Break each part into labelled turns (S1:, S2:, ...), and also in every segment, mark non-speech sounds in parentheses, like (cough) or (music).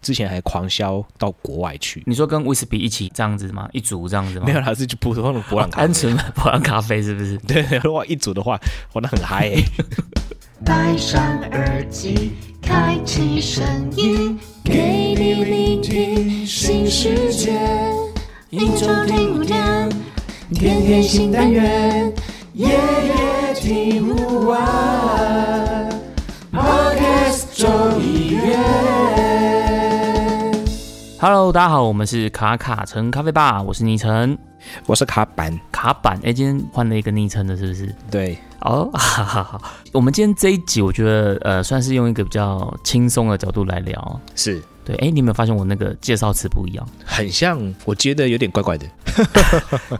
S1: 之前还狂销到国外去。
S2: 你说跟威士比一起这样子吗？一组这样子吗？
S1: 没有啦，是就普通的博朗咖
S2: 单
S1: 啡。
S2: 纯博朗咖啡是不是？
S1: 对， (laughs) 如果一组的话，玩的很嗨、欸。
S3: 戴上耳机，开启声音，给你聆听新世界。一周听五天，天天新单元，夜夜听不完。Podcast 周一月。
S2: Hello，大家好，我们是卡卡城咖啡吧，我是倪晨
S1: (laughs) 我是卡板，
S2: 卡板。哎、今天换了一个昵称的，是不是？
S1: 对，
S2: 哦，哈哈哈。我们今天这一集，我觉得呃，算是用一个比较轻松的角度来聊。
S1: 是
S2: 对，哎、你有没有发现我那个介绍词不一样？ (laughs)
S1: 很像，我觉得有点怪怪的。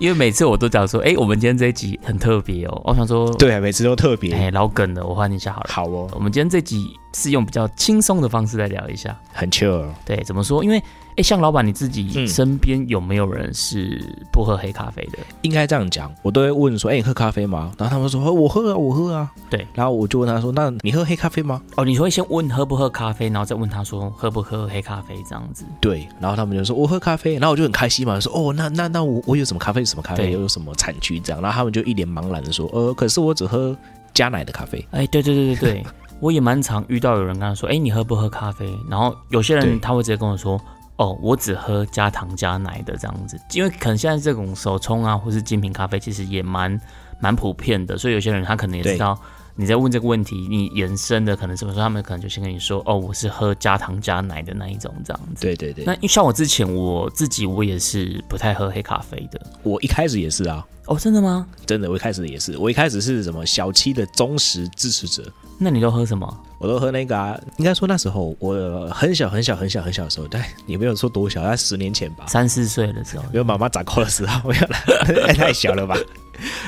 S2: 因为每次我都讲说，哎、我们今天这一集很特别哦。我想说，，
S1: 对，每次都特别、
S2: 哎、老梗了，我换一下好了。
S1: 好哦，
S2: 我们今天这集是用比较轻松的方式来聊一下。
S1: 很 chill。哦
S2: 对，怎么说？因为哎、像老板你自己
S1: 嗯
S2: 身边有没有人是不喝黑咖啡的？
S1: 应该这样讲，我都会问说：“哎、你喝咖啡吗？”然后他们说：“我喝啊，我喝啊。”
S2: 对，
S1: 然后我就问他说：“那你喝黑咖啡吗
S2: 哦，你会先问喝不喝咖啡，然后再问他说喝不喝黑咖啡这样子。？”
S1: 对，然后他们就说：“我喝咖啡。”然后我就很开心嘛，说：“哦，那那那我我有什么咖啡有什么咖啡，
S2: 对
S1: 有什么产区这样。”然后他们就一脸茫然的说：“呃，可是我只喝加奶的咖啡。
S2: 哎、对对对对对，我也蛮常遇到有人跟他说，哎、你喝不喝咖啡？然后有些
S1: 对
S2: 人他会直接跟我说，哦，我只喝加糖加奶的这样子，因为可能现在这种手冲啊，或是精品咖啡，其实也蛮蛮普遍的，所以有些人他可能也
S1: 对
S2: 知道。你在问这个问题，你延伸的可能什么时候，他们可能就先跟你说，哦，我是喝加糖加奶的那一种这样子。
S1: 对对对，
S2: 那因为像我之前我自己我也是不太喝黑咖啡的。
S1: 我一开始也是啊，
S2: 哦，真的吗？
S1: 真的，我一开始也是，我一开始是什么小七的忠实支持者，
S2: 那你都喝什么？
S1: 我都喝那个、啊，应该说那时候我呃很小很小很小很小的时候，但也没有说多小，在十年前
S2: (laughs)
S1: 吧，
S2: 三四岁的时候。
S1: 没有妈妈长高的时候，没有啦， (laughs) 哎太小了吧？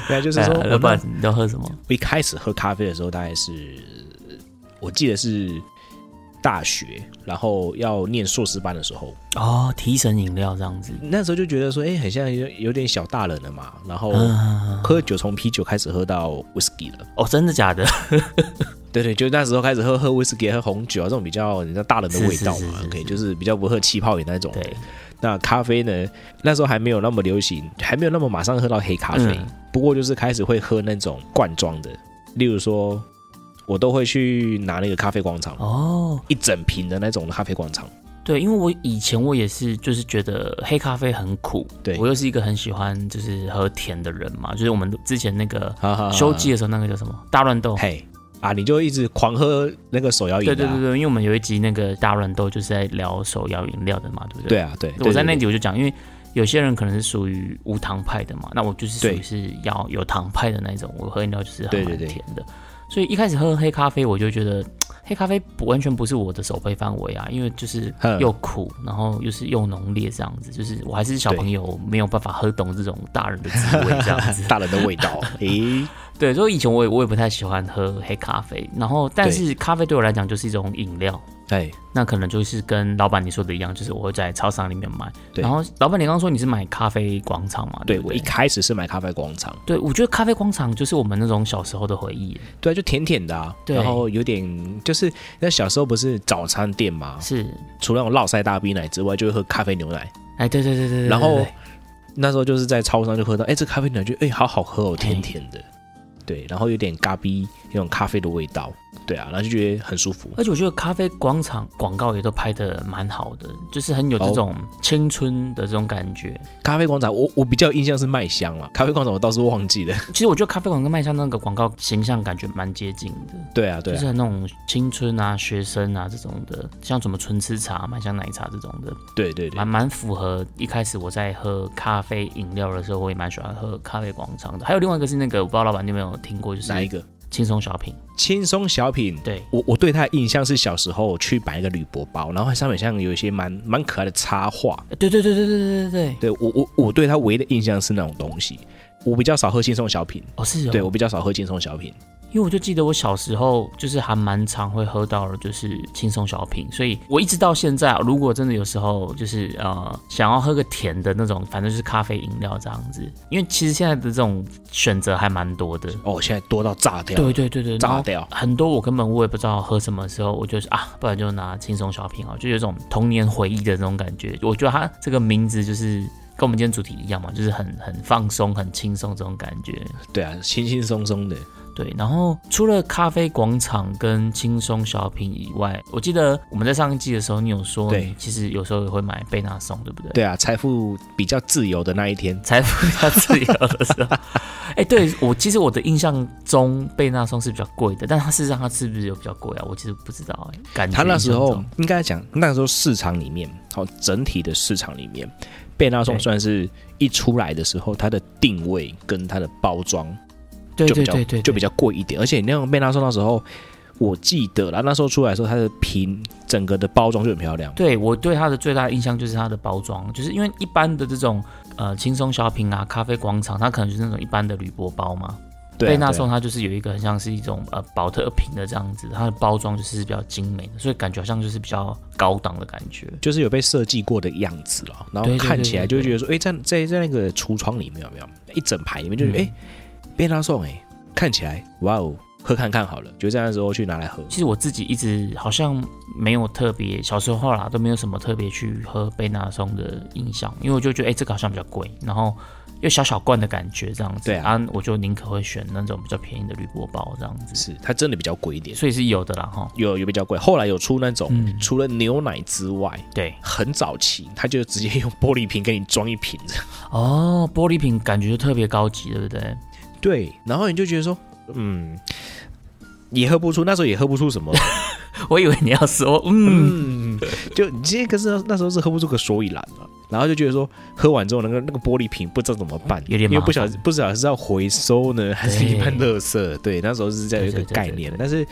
S1: 没有，就是说，
S2: 老
S1: 我
S2: 板
S1: 那，
S2: 呃你都喝什么？
S1: 我一开始喝咖啡的时候，大概是我记得是大学，然后要念硕士班的时候，
S2: 哦，提神饮料这样子。
S1: 那时候就觉得说，哎、很像有有点小大人了嘛，然后
S2: 嗯，
S1: 喝酒从啤酒开始喝到 whisky 了。
S2: 哦，真的假的？
S1: 对对，就那时候开始喝喝威士忌、喝红酒啊，这种比较你知道大人的味道
S2: 是是
S1: 嘛
S2: 是是
S1: ，OK，
S2: 是
S1: 就是比较不喝气泡饮那种。
S2: (laughs) 对，
S1: 那咖啡呢，那时候还没有那么流行，还没有那么马上喝到黑咖啡，
S2: 嗯
S1: 不过就是开始会喝那种罐装的，例如说，我都会去拿那个咖啡广场，
S2: 哦，
S1: 一整瓶的那种咖啡广场。
S2: 对，因为我以前我也是，就是觉得黑咖啡很苦。
S1: 对
S2: 我又是一个很喜欢就是喝甜的人嘛，就是我们之前那个
S1: 哈哈哈
S2: 休季，的时候，那个叫什么大乱斗。
S1: 嘿啊，你就一直狂喝那个手摇饮、啊，
S2: 对对对对，因为我们有一集那个大乱斗就是在聊手摇饮料的嘛，对不对？
S1: 对啊对，对
S2: 我在那
S1: 对
S2: 集我就讲，因为有些人可能是属于无糖派的嘛，那我就是属于
S1: 对
S2: 是要有糖派的那一种，我喝饮料就是很
S1: 对
S2: 蛮
S1: 对对
S2: 甜的。所以一开始喝黑咖啡，我就觉得黑咖啡不完全不是我的手背范围啊，因为就是
S1: 嗯
S2: 又苦，然后又是又浓烈这样子，就是我还是小
S1: 对
S2: 朋友，没有办法喝懂这种大人的滋味这样
S1: (laughs)。
S2: 子
S1: 大人的味
S2: (laughs)
S1: 道，诶，
S2: 对，所以以前我也我也不太喜欢喝黑咖啡，然后但
S1: 对
S2: 是咖啡对我来讲就是一种饮料，
S1: 哎，
S2: 那可能就是跟老板你说的一样，就是我会在超商里面买。
S1: 对
S2: 然后老板你刚刚说你是买咖啡广场嘛？
S1: 对
S2: 不
S1: 我
S2: 对
S1: 一开始是买咖啡广场。
S2: 对，我觉得咖啡广场就是我们那种小时候的回忆。
S1: 对啊，就甜甜的啊，
S2: 对
S1: 然后有点就是那小时候不是早餐店嘛，
S2: 是，
S1: 除了那种烙塞大冰奶之外，就会喝咖啡牛奶。
S2: 哎，对对对对对。
S1: 然
S2: 对
S1: 后
S2: 对
S1: 那时候就是在超商就喝到，哎，这咖啡牛奶就哎好好喝哦，甜甜的，对，然后有点咖啡那种咖啡的味道，对啊，然后就觉得很舒服。
S2: 而且我觉得咖啡广场广告也都拍的蛮好的，就是很有这
S1: 哦
S2: 种青春的这种感觉。
S1: 咖啡广场，我我比较有印象是麦香啦，咖啡广场我倒是忘记了。 (laughs)
S2: 其实我觉得咖啡广跟麦香那个广告形象感觉蛮接近的，
S1: 对啊，对
S2: 就
S1: 啊，
S2: 是那种青春啊、学生啊这种的，像什么纯吃茶、麦香奶茶这种的，
S1: 对对对
S2: 蛮，蛮符合一开始我在喝咖啡饮料的时候，我也蛮喜欢喝咖啡广场的。还有另外一个是那个，我不知道老板你有没有听过，就
S1: 哪一
S2: 是
S1: 个？
S2: 轻松小品。
S1: 轻松小品。
S2: 对，
S1: 我我对它的印象是小时候去买一个铝箔包，然后上面像有一些蛮蛮可爱的插画，
S2: 呃对对对对对对对对，
S1: 对我我我对它唯一的印象是那种东西。我比较少喝轻松小品，
S2: 哦是哦，
S1: 对我比较少喝轻松小品，
S2: 因因为我就记得我小时候就是还蛮常会喝到的，就是轻松小品，所以我一直到现在啊，如果真的有时候就是呃想要喝个甜的那种，反正就是咖啡饮料这样子，因为其实现在的这种选择还蛮多的。
S1: 哦，现在多到炸掉。
S2: 对对对对，
S1: 炸
S2: 然后
S1: 掉
S2: 很多我根本我也不知道喝什么的时候，我就是啊，不然就拿轻松小品啊，就有一种童年回忆的那种感觉。我觉得它这个名字就是跟我们今天主题一样嘛，就是很很放松、很轻松这种感觉。
S1: 对啊，轻轻松松的。
S2: 对，然后除了咖啡广场跟轻松小品以外，我记得我们在上一季的时候，你有说，
S1: 对
S2: 其实有时候也会买贝纳颂，对不对？
S1: 对啊，财富比较自由的那一天，
S2: 财富比较自由的时候， (laughs) 哎、对我其实我的印象中贝纳颂是比较贵的，但它事实上它是不是有比较贵啊？我其实不知道、哎，感觉
S1: 他那时
S2: 印象
S1: 候
S2: 中
S1: 应该讲，那时候市场里面，好整体的市场里面，贝纳颂
S2: 对
S1: 算是一出来的时候，它的定位跟它的包装
S2: 对
S1: 就比
S2: 对
S1: 较
S2: 对对，
S1: 就比较贵一点，而且那种贝纳颂那时候。我记得啦，那时候出来的时候，它的瓶整个的包装就很漂亮，
S2: 对我对它的最大的印象就是它的包装，就是因为一般的这种呃轻松小品啊、咖啡广场，它可能就是那种一般的铝箔包嘛。
S1: 对啊、
S2: 贝纳
S1: 对啊
S2: 颂它就是有一个很像是一种呃保特瓶的这样子，它的包装就是比较精美的，所以感觉好像就是比较高档的感觉。
S1: 就是有被设计过的样子了，然后
S2: 对对
S1: 看起来就
S2: 对
S1: 会觉
S2: 对
S1: 得说，哎、在在在那个橱窗里面有没有一整排里面就觉得，
S2: 嗯
S1: 哎、贝纳颂，哎，看起来，哇哦，喝看看好了，就在那时候哦去拿来喝。
S2: 其实我自己一直好像没有特别，小时候啦都没有什么特别去喝贝纳颂的印象，因为我就觉得哎、这个好像比较贵，然后又小小罐的感觉这样子，
S1: 对啊
S2: 我就宁可会选那种比较便宜的铝箔包这样子，
S1: 是它真的比较贵一点，
S2: 所以是有的啦哈。
S1: 有有比较贵。后来有出那种、
S2: 嗯
S1: 除了牛奶之外，
S2: 对
S1: 很早期它就直接用玻璃瓶给你装一瓶这样。
S2: 哦，玻璃瓶感觉就特别高级，对不对？
S1: 对，然后你就觉得说，嗯，也喝不出，那时候也喝不出什么，
S2: 我以为你要说嗯
S1: 嗯，就这可是那时候是喝不出个所以然啊，然后就觉得说喝完之后那个那个玻璃瓶不知道怎么办，
S2: 有点
S1: 因为
S2: 麻
S1: 不晓
S2: 烦
S1: 不晓得是要回收呢，还是
S2: 对
S1: 一般垃圾？对，那时候是这样一个
S2: 对对对
S1: 概念，但是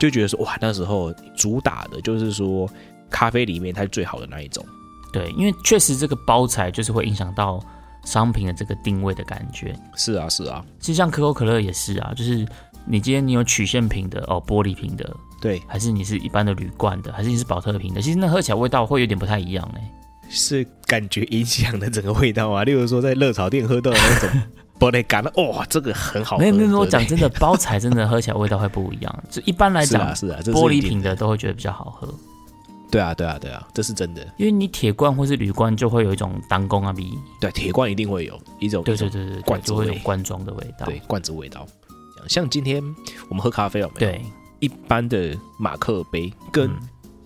S1: 就觉得说哇，那时候主打的就是说咖啡里面它是最好的那一种，
S2: 对，因为确实这个包材就是会影响到商品的这个定位的感觉。
S1: 是啊是啊，
S2: 其实像可口可乐也是啊，就是你今天你有曲线瓶的哦，玻璃瓶的，
S1: 对，
S2: 还是你是一般的铝罐的，还是你是保特瓶的，其实那喝起来味道会有点不太一样哎。
S1: 是感觉影响了整个味道啊，例如说在热炒店喝到的那种 (laughs) 玻璃感，哇，这个很好喝，
S2: 没有没有没有，我
S1: 对不对
S2: 讲真的，包材真的喝起来味道会不一样。 (laughs) 就一般来
S1: 是
S2: 讲，
S1: 啊是啊，这是
S2: 玻
S1: 一
S2: 璃
S1: 定
S2: 瓶
S1: 的，
S2: 的都会觉得比较好喝，
S1: 对啊对啊对啊，这是真的。
S2: 因为你铁罐或是铝罐就会有一种当工啊比，
S1: 对，铁罐一定会有一种
S2: 对对对对对，
S1: 罐子
S2: 就会有
S1: 味
S2: 罐装的味道。
S1: 对罐子味道。像今天我们喝咖啡有没有？，
S2: 对
S1: 一般的马克杯跟
S2: 嗯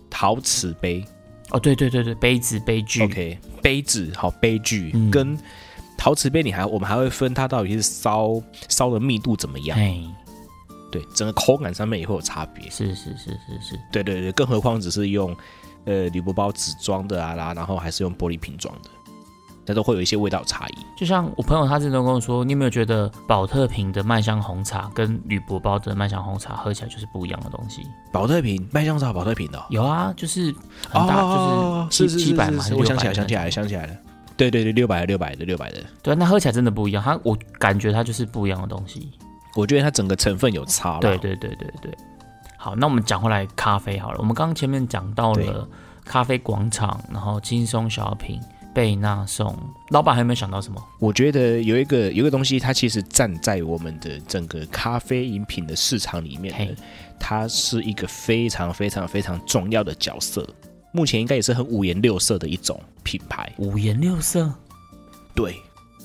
S1: 陶瓷杯、
S2: 哦对对对对，杯子杯具
S1: o k 杯子好杯具、
S2: 嗯
S1: 跟陶瓷杯，你还我们还会分它到底是烧烧的密度怎么样，
S2: 嘿，
S1: 对，整个口感上面也会有差别。
S2: 是是是是是，
S1: 对对对，更何况只是用呃铝箔包纸装的啊啦，然后还是用玻璃瓶装的，那都会有一些味道差异。
S2: 就像我朋友他之前都跟我说，你有没有觉得宝特瓶的麦香红茶跟铝箔包的麦香红茶喝起来就是不一样的东西？
S1: 保特瓶麦香茶，保特瓶的、哦，
S2: 有啊，就是很大，
S1: 哦
S2: 就是
S1: 是
S2: 是七七百
S1: 是
S2: 嘛，还
S1: 是
S2: 是
S1: 我想起来，
S2: 600
S1: 想起来，
S2: 那种。
S1: 想起来了。对对对，六百的，六百的，六百的。
S2: 对，啊那喝起来真的不一样，它我感觉它就是不一样的东西。
S1: 我觉得它整个成分有差啦。
S2: 对对对对对。好，那我们讲回来咖啡好了，我们刚刚前面讲到
S1: 对
S2: 了咖啡广场，然后轻松小品。贝纳颂，老板还有没有想到什么？
S1: 我觉得有一个有一个东西，它其实站在我们的整个咖啡饮品的市场里面
S2: 嘿
S1: 呢，它是一个非常非常非常重要的角色。目前应该也是很五颜六色的一种品牌，
S2: 五颜六色，
S1: 对，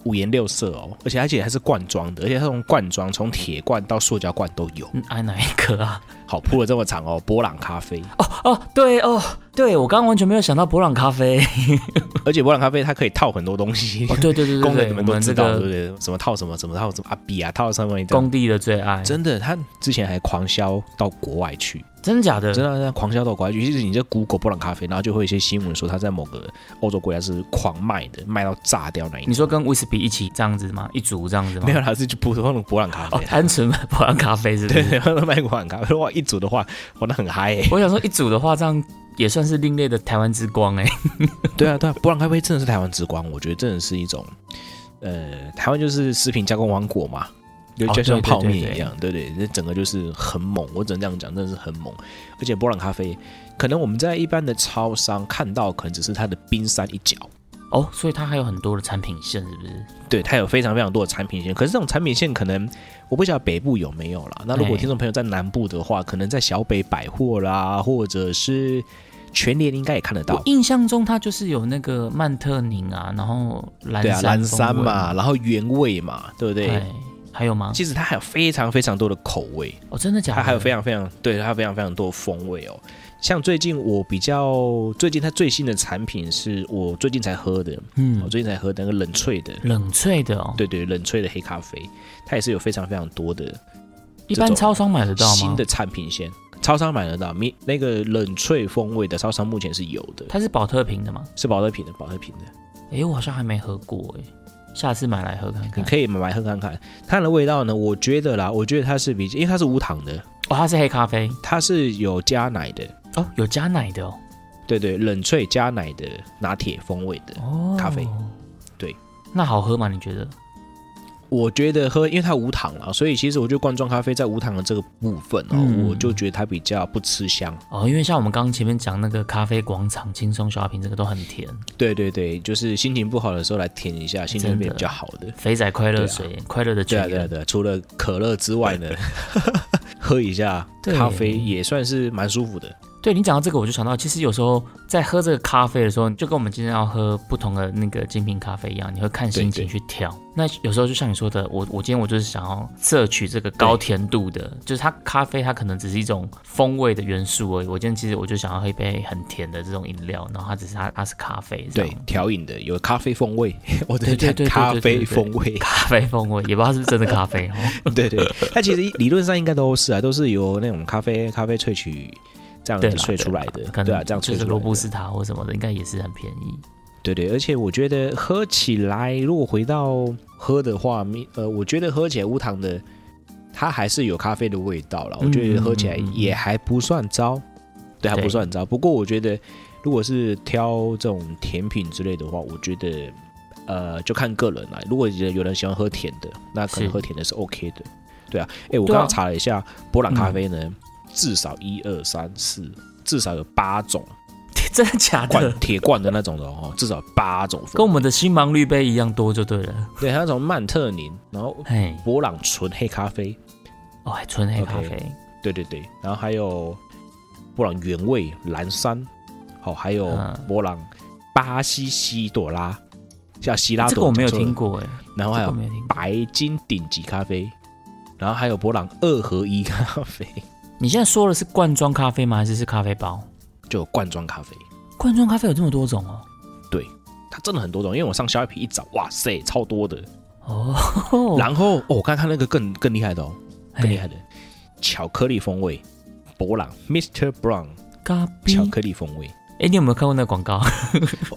S1: 五颜六色哦，而且而且还是罐装的，而且它从罐装从铁罐到塑胶罐都有。
S2: 嗯，爱哪一个啊？
S1: 好铺了这么长哦， (laughs) 博朗咖啡，
S2: 哦，对哦，对我刚刚完全没有想到博朗咖啡。
S1: 而且博朗咖啡它可以套很多东西
S2: 哦，，对对对
S1: 功能
S2: 对对，
S1: 你
S2: 我
S1: 们都
S2: 们
S1: 知
S2: 这
S1: 道，对不
S2: 个
S1: 对？什么套什么，什么套什么阿比啊，套上面一张。
S2: 工地的最爱，
S1: 真的，他之前还狂销到国外去，
S2: 真的假的？
S1: 真的他狂销到国外去。就是你在 Google 波朗咖啡，然后就会有一些新闻说他在某个欧洲国家是狂卖的，卖到炸掉那一
S2: 你
S1: 种。
S2: 说跟威士比一起这样子吗？一组这样子吗？
S1: 没有，啦，是就普通的波朗咖
S2: 哦
S1: 啡，。
S2: 单纯买博朗咖啡是不
S1: 对 (laughs)
S2: 是？
S1: 对，他卖波朗咖啡，哇，一组的话，哇，那很嗨欸
S2: 我想说一组的话，这样也算是另类的台湾之光
S1: (laughs)
S2: 哎、
S1: 对啊，对啊，波朗咖啡真的是台湾之光，我觉得真的是一种，呃，台湾就是食品加工王国嘛，就
S2: 哦
S1: 就像
S2: 对对
S1: 泡面
S2: 对对
S1: 一样，对不对？这整个就是很猛，我只能这样讲，真的是很猛。而且波兰咖啡，可能我们在一般的超商看到，可能只是它的冰山一角。
S2: 哦，所以它还有很多的产品线，是不是？
S1: 对，它有非常非常多的产品线，可是这种产品线可能我不晓得北部有没有啦。那如果
S2: 哎
S1: 听众朋友在南部的话，可能在小北百货啦，或者是全联应该也看得
S2: 我
S1: 到。
S2: 印象中它就是有那个曼特宁啊，然后蓝
S1: 对啊，蓝山
S2: 风味
S1: 嘛，，然后原味嘛，对不对？
S2: 哎，还有吗？
S1: 其实它还有非常非常多的口味，
S2: 哦，真的假
S1: 它
S2: 的？
S1: 还有非常非常对它非常非常多的风味哦。像最近我比较最近它最新的产品是我最近才喝的，我
S2: 嗯
S1: 最近才喝的那个冷萃的，
S2: 冷萃的哦，
S1: 对对，冷萃的黑咖啡，它也是有非常非常多的
S2: 一
S1: 这
S2: 般
S1: 种
S2: 超商买得到吗？
S1: 新的产品线，超商买得到，米那个冷萃风味的超商目前是有的，
S2: 它是保特瓶的吗？
S1: 是保特瓶的，保特瓶的，
S2: 诶，我好像还没喝过诶，下次买来喝看
S1: 你
S2: 看。
S1: 可以买来喝看看。它的味道呢，我觉得啦，我觉得它是比，因为它是无糖的，
S2: 哦，它是黑咖啡
S1: 它是有加奶的，
S2: 哦，有加奶的哦。
S1: 对对，冷萃加奶的拿铁风味的，
S2: 哦，
S1: 咖啡对。
S2: 那好喝吗？你觉得？
S1: 我觉得喝，因为它无糖啦，所以其实我觉得罐装咖啡在无糖的这个部分哦，
S2: 嗯
S1: 我就觉得它比较不吃香。
S2: 哦，因为像我们刚刚前面讲那个咖啡广场轻松小品，这个都很甜。
S1: 对对对，就是心情不好的时候来舔一下，心情会变
S2: 真的
S1: 比较好的。
S2: 肥仔快乐
S1: 对啊
S2: 水，快乐的
S1: 对啊，
S2: 泉
S1: 对啊，
S2: 源。
S1: 对啊，除了可乐之外
S2: (laughs)
S1: 呢，喝一下
S2: 对
S1: 咖啡也算是蛮舒服的。
S2: 对你讲到这个，我就想到，其实有时候在喝这个咖啡的时候，就跟我们今天要喝不同的那个精品咖啡一样，你会看心
S1: 对
S2: 情
S1: 对
S2: 去挑。那有时候就像你说的，我我今天我就是想要摄取这个高甜度的，就是它咖啡它可能只是一种风味的元素而已。我今天其实我就想要喝一杯很甜的这种饮料，然后它只是它它是咖啡这
S1: 对
S2: 样，
S1: 调饮的有咖啡风味， (laughs) 我
S2: 对
S1: 在讲
S2: 对对对
S1: 咖
S2: 对对
S1: 啡风味。
S2: 咖啡风味，也不知道是不是真的咖啡
S1: (laughs)
S2: 哦。
S1: 对对，它其实理论上应该都是啊，都是由那种咖啡咖啡萃取这样子
S2: 对啦
S1: 萃呃出来的
S2: 对啦可，
S1: 对
S2: 能
S1: 啊，这样萃
S2: 就
S1: 出
S2: 是
S1: 来
S2: 罗布
S1: 的。
S2: 斯塔或什么的，应该也是很便宜。 (laughs)
S1: 对对，而且我觉得喝起来，如果回到喝的话，咪呃，我觉得喝起来无糖的，它还是有咖啡的味道了。
S2: 嗯
S1: 我觉得喝起来
S2: 嗯嗯嗯
S1: 也还不算糟，对，还
S2: 对
S1: 不算糟。不过我觉得，如果是挑这种甜品之类的话，我觉得，呃，就看个人啦。如果有人喜欢喝甜的，那可能
S2: 是
S1: 喝甜的是 OK 的。对啊，哎，我
S2: 对
S1: 刚
S2: 啊
S1: 刚查了一下，波兰咖啡呢，至少一二三四，至少有八种
S2: 真的假
S1: 罐
S2: (laughs) 的？
S1: 铁罐的那种的哦，至少八种风
S2: 跟我们的星芒绿杯一样多就对了。
S1: 对，它那种曼特宁，然后
S2: 嘿，
S1: 博朗纯黑咖啡，
S2: 哦，还纯黑
S1: OK
S2: 咖啡
S1: 对对对，然后还有博朗原味蓝山，好、还有
S2: 嗯
S1: 博朗巴西西朵拉，叫希拉朵，
S2: 这个我没有
S1: 讲错了
S2: 听，过哎，
S1: 然后
S2: 这
S1: 还
S2: 个我
S1: 有
S2: 没有听过。
S1: 白金顶级咖啡，然后还有博朗二合一咖啡，
S2: 你现在说的是罐装咖啡吗？还是是咖啡包？
S1: 就有罐装咖啡，
S2: 罐装咖啡有这么多种哦。
S1: 它真的很多种，因为我上小 app 一找，哇塞，超多的。
S2: 哦，
S1: 然后哦，我刚看那个更更厉害的哦，更厉害
S2: 嘿
S1: 的，巧克力风味，博朗 Mr. Brown
S2: 咖啡
S1: 巧。克力风味。
S2: 哎，你有没有看过那个广告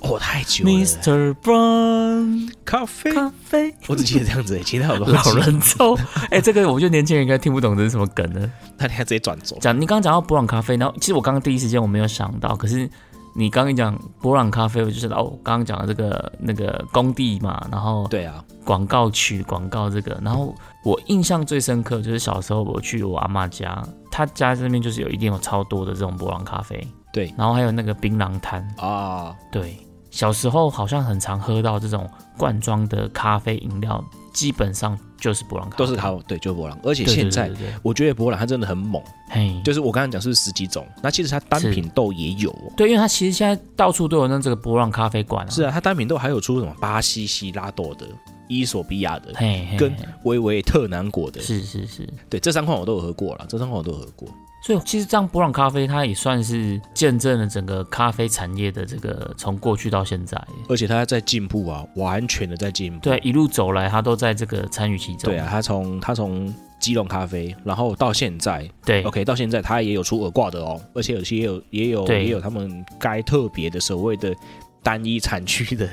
S1: 哦，太久了。
S2: ？Mr. Brown
S1: 咖啡，
S2: 咖
S1: (laughs)
S2: 啡
S1: 我只记得这样子，其他我都忘记
S2: 老。人粥。哎，这个我觉得年轻人应该听不懂这是什么梗呢。
S1: 那你还直接转
S2: (laughs)
S1: 走，
S2: 讲你刚刚讲到博朗咖啡，然后其实我刚刚第一时间我没有想到，可是你刚刚一讲博朗咖啡，我就知道哦，刚刚讲的这个那个工地嘛，然后
S1: 对啊，
S2: 广告曲、广告这个，然后我印象最深刻就是小时候我去我阿妈家，她家这边就是有一定有超多的这种博朗咖啡，
S1: 对
S2: 然后还有那个槟榔摊，
S1: 啊，
S2: 对，小时候好像很常喝到这种罐装的咖啡饮料，基本上就是博朗咖啡，
S1: 都是咖，对，就是博朗。而且
S2: 对，对
S1: 现在
S2: 对对对
S1: 我觉得博朗它真的很猛，
S2: 嘿，
S1: 就是我刚刚讲是十几种，那其实它单品豆也有哦。
S2: 对，因为它其实现在到处都有那这个博朗咖啡馆啊，
S1: 是啊，它单品豆还有出什么巴西西拉豆的、伊索比亚的、
S2: 嘿，嘿，
S1: 跟
S2: 嘿
S1: 维维特南果的，
S2: 是是是，
S1: 对，这三款我都有喝过了，这三款我都有喝过。
S2: 所以其实这样博朗咖啡它也算是见证了整个咖啡产业的这个从过去到现在耶。
S1: 而且它在进步啊，完全的在进步。
S2: 对，一路走来，他都在这个参与其中。
S1: 对啊，，它从它从基隆咖啡，然后到现在，
S2: 对
S1: OK，到现在它也有出耳挂的哦，而且有些也有也有
S2: 对
S1: 也有他们该特别的所谓的单一产区的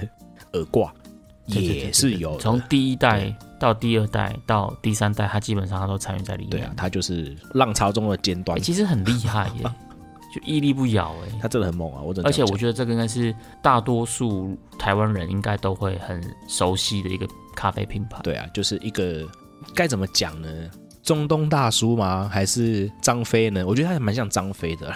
S1: 耳挂，
S2: 对对对对
S1: 也是有的
S2: 从第一代
S1: 哦啊对
S2: 到第二代到第三代，他基本上他都参与在里面。
S1: 对啊，它就是浪潮中的尖端
S2: 欸，其实很厉害耶， (laughs) 就屹立不摇哎。
S1: 它真的 (laughs) 很猛啊！我真的
S2: 而
S1: 这
S2: 且
S1: 样
S2: 我
S1: 讲
S2: 觉得这个应该是大多数台湾人应该都会很熟悉的一个咖啡品牌。
S1: 对啊，就是一个该怎么讲呢？中东大叔吗？还是张飞呢？我觉得他还蛮像张飞
S2: (laughs)
S1: 的啦，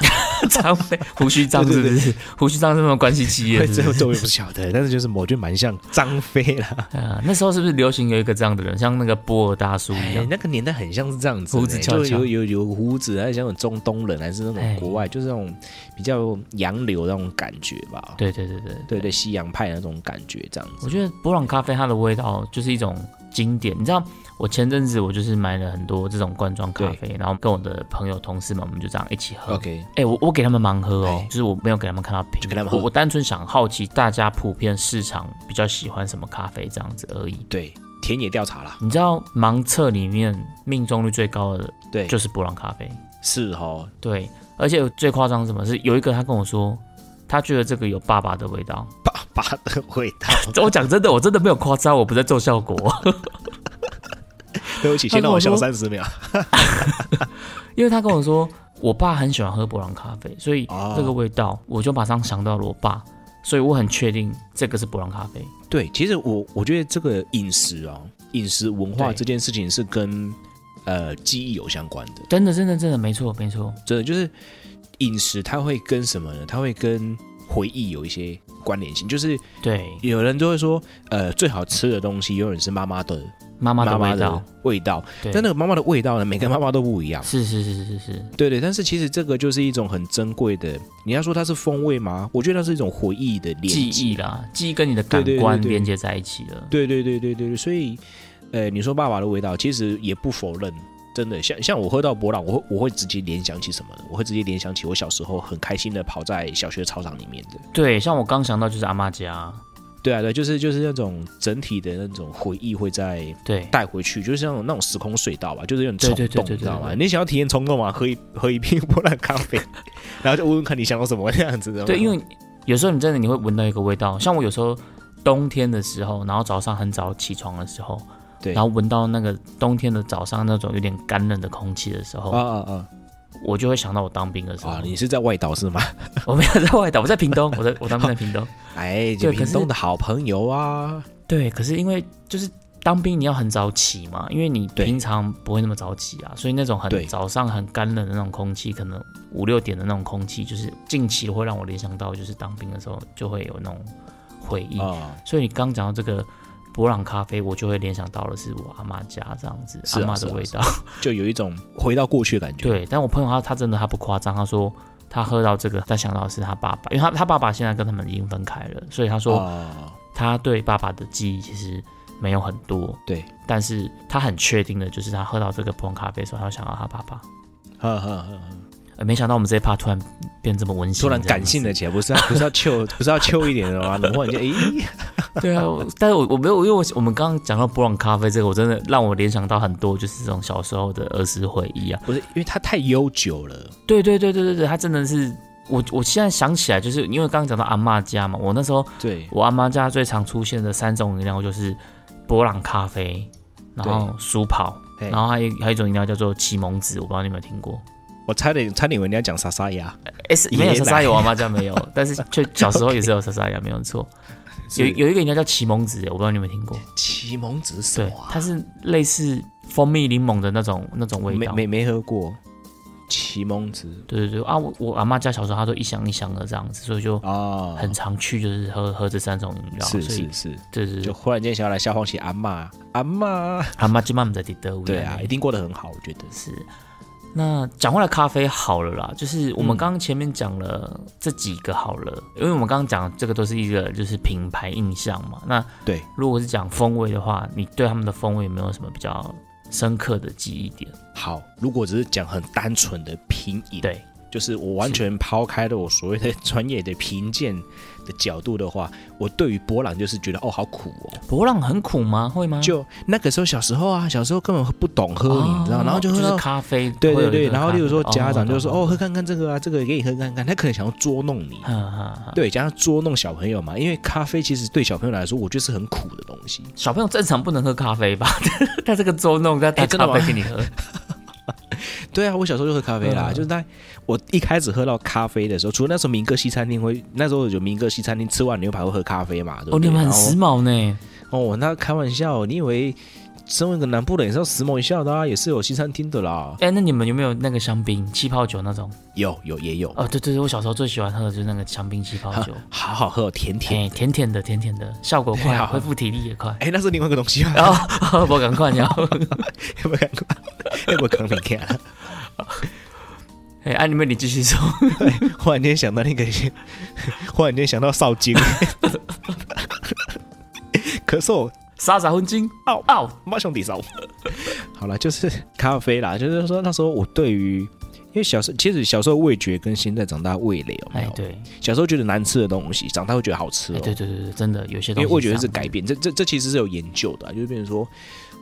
S2: 张飞胡须张是不是？胡须张是什么关系企业
S1: 这
S2: 是不
S1: 这 (laughs)
S2: 是？
S1: 这我也不晓得，但是就是我觉得蛮像张飞啦。
S2: 啊，那时候是不是流行有一个这样的人，像那个波尔大叔一
S1: 哎
S2: 样，？
S1: 那个年代很像是这样子呢，哎
S2: 胡子翘
S1: 就
S2: 翘
S1: 有有有胡子，还有像那种中东人，还是那种
S2: 哎
S1: 国外，就是那种比较洋流那种感觉吧。
S2: 对对对对，
S1: 对对，西洋派的那种感觉，这样子
S2: 我。觉得博朗咖啡它的味道就是一种经典。你知道，我前阵子我就是买了很多这种罐装咖啡，然后跟我的朋友同事们，我们就这样一起喝。
S1: OK，
S2: 哎、我我给他们盲喝哦
S1: 哎，
S2: 就是我没有给他们看到瓶，
S1: 就给他们喝
S2: 我我单纯想好奇大家普遍市场比较喜欢什么咖啡这样子而已。
S1: 对，田野调查啦，
S2: 你知道盲测里面命中率最高的
S1: 对，
S2: 就是博朗咖啡，
S1: 是哦，
S2: 对，而且最夸张是什么是有一个他跟我说，他觉得这个有爸爸的味道。
S1: 爸爸的味道。
S2: 我讲真的，我真的没有夸张，我不在做效果。 (laughs)
S1: 对 (laughs) 不起，先让我笑三十秒。
S2: 因为他跟我说，我爸很喜欢喝伯朗咖啡，所以
S1: 哦
S2: 这个味道我就马上想到了我爸，所以我很确定这个是伯朗咖啡。
S1: 对，其实我我觉得这个饮食哦，饮食文化
S2: 对
S1: 这件事情是跟呃记忆有相关的，
S2: 真的，真的，真的，没错，没错，
S1: 真的就是饮食它会跟什么呢？它会跟回忆有一些关联性，就是
S2: 对，
S1: 有人就会说，呃，最好吃的东西永远是妈妈的
S2: 妈妈的
S1: 妈妈
S2: 味道，
S1: 的味道，
S2: 对，
S1: 但那个妈妈的味道呢，每个妈妈都不一样。
S2: 是是是是是，
S1: 对对，但是其实这个就是一种很珍贵的，你要说它是风味吗？我觉得它是一种回忆的连
S2: 记
S1: 接
S2: 忆啦，记忆跟你的感
S1: 对对对
S2: 官
S1: 对
S2: 连接在一起了。
S1: 对对对对对对，所以，呃，你说爸爸的味道，其实也不否认，真的，像像我喝到博朗，我会我会直接联想起什么呢？我会直接联想起我小时候很开心的跑在小学操场里面的，
S2: 对，像我刚想到就是阿妈家，
S1: 对啊对，就是就是那种整体的那种回忆会在
S2: 对，
S1: 带回去，就是像那种时空隧道吧，就是有点冲动，
S2: 对对对对对
S1: 你知道吗？
S2: 对
S1: 你想要体验冲动嘛，喝一喝一瓶波兰咖啡，然后就问问看你想要什么这样子的，
S2: 对，因为有时候你真的你会闻到一个味道，像我有时候冬天的时候，然后早上很早起床的时候，
S1: 对
S2: 然后闻到那个冬天的早上那种有点干冷的空气的时候，
S1: 啊啊啊
S2: 我就会想到我当兵的时候。
S1: 啊！你是在外岛是吗？
S2: (laughs) 我没有在外岛，我在屏东，
S1: (laughs)
S2: 我在我当兵在屏东。
S1: 哎，
S2: 对可
S1: 屏
S2: 是
S1: 东的好朋友啊，
S2: 对，可是因为就是当兵你要很早起嘛，因为你
S1: 对
S2: 平常不会那么早起啊，所以那种
S1: 对
S2: 很早上很干冷的那种空气，可能五六点的那种空气，就是近期会让我联想到，就是当兵的时候就会有那种回忆。
S1: 啊，
S2: 所以你刚讲到这个博朗咖啡，我就会联想到的是我阿妈家这样子，
S1: 是啊
S2: 阿妈
S1: 是
S2: 的
S1: 啊
S2: 味
S1: 是
S2: 道。 (laughs)
S1: 就有一种回到过去的感觉。
S2: 对，但我朋友他他真的他不夸张，他说他喝到这个，他想到的是他爸爸，因为他他爸爸现在跟他们已经分开了，所以他说
S1: 啊，
S2: 他对爸爸的记忆其实没有很多，
S1: 对，
S2: 但是他很确定的就是他喝到这个普洱咖啡的时候，他会想到他爸爸。
S1: 呵呵呵呵
S2: 呃，没想到我们这一趴突然变这么温馨，
S1: 突然感性
S2: 的。
S1: 了起来，不是要啊不是要秋，不是要秋一点的吗？然后你就诶，
S2: (laughs) 对啊，我但是我我没有，因为我我们刚刚讲到布朗咖啡这个，我真的让我联想到很多，就是这种小时候的儿时回忆啊。
S1: 不是，因为它太悠久了，
S2: 对对对对对对，他真的是我我现在想起来，就是因为刚刚讲到阿嬷家嘛，我那时候
S1: 对，
S2: 我阿妈家最常出现的三种饮料就是博朗咖啡，然后舒跑，
S1: 嘿
S2: 然后还有还有一种饮料叫做启蒙子，我不知道你有没有听过。
S1: 我差点差点以为你要讲莎莎呀，
S2: 哎，是
S1: 椰
S2: 没有
S1: 奶
S2: 莎莎有，我阿妈家没
S1: (laughs)
S2: 有，但是却小时候也是有莎莎呀，没有错。有有一个饮料叫启蒙子，我不知道你有没有听过。
S1: 启蒙子是什
S2: 对
S1: 么，啊？
S2: 它是类似蜂蜜柠檬的那种那种味
S1: 没
S2: 道。
S1: 没没喝过启蒙子
S2: 对对对啊，我我阿妈家小时候她都一箱一箱的这样子，所以就
S1: 啊，
S2: 很常去，就是喝喝这三种饮料。
S1: 是
S2: 所以
S1: 是是，
S2: 对对
S1: 就
S2: 对，
S1: 忽然间想要来消化起阿嬷，阿嬷，
S2: 阿妈今晚在第德
S1: 对啊，一定过得很好，我觉得
S2: 是。那讲回来咖啡好了啦，就是我们
S1: 嗯
S2: 刚刚前面讲了这几个好了，因为我们刚刚讲这个都是一个就是品牌印象嘛。那
S1: 对，
S2: 如果是讲风味的话，你对他们的风味有没有什么比较深刻的记忆点？
S1: 好。如果只是讲很单纯的拼饮，
S2: 对，
S1: 就是我完全抛开了我所谓的专业的评鉴的角度的话，我对于博朗就是觉得哦，好苦哦。
S2: 博朗很苦吗？会吗？
S1: 就那个时候小时候啊，小时候根本不懂喝，你知道，
S2: 哦
S1: 然后就
S2: 就
S1: 喝
S2: 是
S1: 到。
S2: 咖啡，
S1: 对
S2: 会有
S1: 对
S2: 一
S1: 对，
S2: 个
S1: 然后
S2: 咖
S1: 例如说
S2: 啡
S1: 家长就说
S2: 懂
S1: 哦，喝看看这个啊，这个给你喝看看，他可能想要捉弄你，
S2: 懂哈哈哈
S1: 对，想要捉弄小朋友嘛，因为咖啡其实对小朋友来说，我觉得是很苦的东西。
S2: 小朋友正常不能喝咖啡吧？ (laughs) 他这个捉弄，他打
S1: 哎真的
S2: 咖
S1: 吗
S2: 啡给你喝，
S1: 对啊，我小时候就喝咖啡啦，
S2: 嗯
S1: 就是在我一开始喝到咖啡的时候，除了那时候民歌西餐厅会，那时候有民歌西餐厅吃完牛排会喝咖啡嘛，对不
S2: 哦，
S1: 对？
S2: 你们很
S1: 然后
S2: 时髦呢。
S1: 哦，那开玩笑，你以为身为一个南部人也是要时髦一下的啊，也是有西餐厅的啦。
S2: 哎、那你们有没有那个香槟气泡酒那种？
S1: 有有也有，
S2: 哦，对对对，我小时候最喜欢喝的就是那个香槟气泡酒，
S1: 好好喝哦，甜甜。
S2: 哎、甜甜的，甜甜的，效果快，
S1: 好
S2: 恢复体力也快。哦
S1: 哎、那是另外一个东西 (laughs) 啊，
S2: 然 (laughs) 后我赶快聊，
S1: 有没有看过？ (laughs) 有没有看过？你看，
S2: 哎、啊，你们你继续说， (laughs)
S1: 忽然间想到那个， (laughs) 忽然间想到少京，咳嗽，
S2: 沙沙婚金，
S1: 嗷
S2: 嗷，
S1: 妈兄弟少。好了，就是咖啡啦，就是说那时候我对于，因为小时候其实小时候味觉跟现在长大味蕾有没
S2: 哎
S1: 有？，
S2: 对，
S1: 小时候觉得难吃的东西，长大会觉得好吃哦。
S2: 哎，对对对对，真的有些
S1: 因
S2: 东
S1: 为
S2: 西
S1: 味觉
S2: 上
S1: 是改变，这这这其实是有研究的啊、就是变成说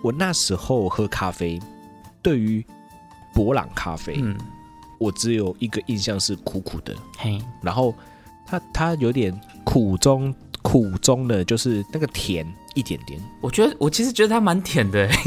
S1: 我那时候喝咖啡，对于博朗咖啡，
S2: 嗯，
S1: 我只有一个印象是苦苦的，
S2: 嘿，
S1: 然后它它有点苦中苦中的，就是那个甜一点点。
S2: 我觉得我其实觉得它蛮甜的，欸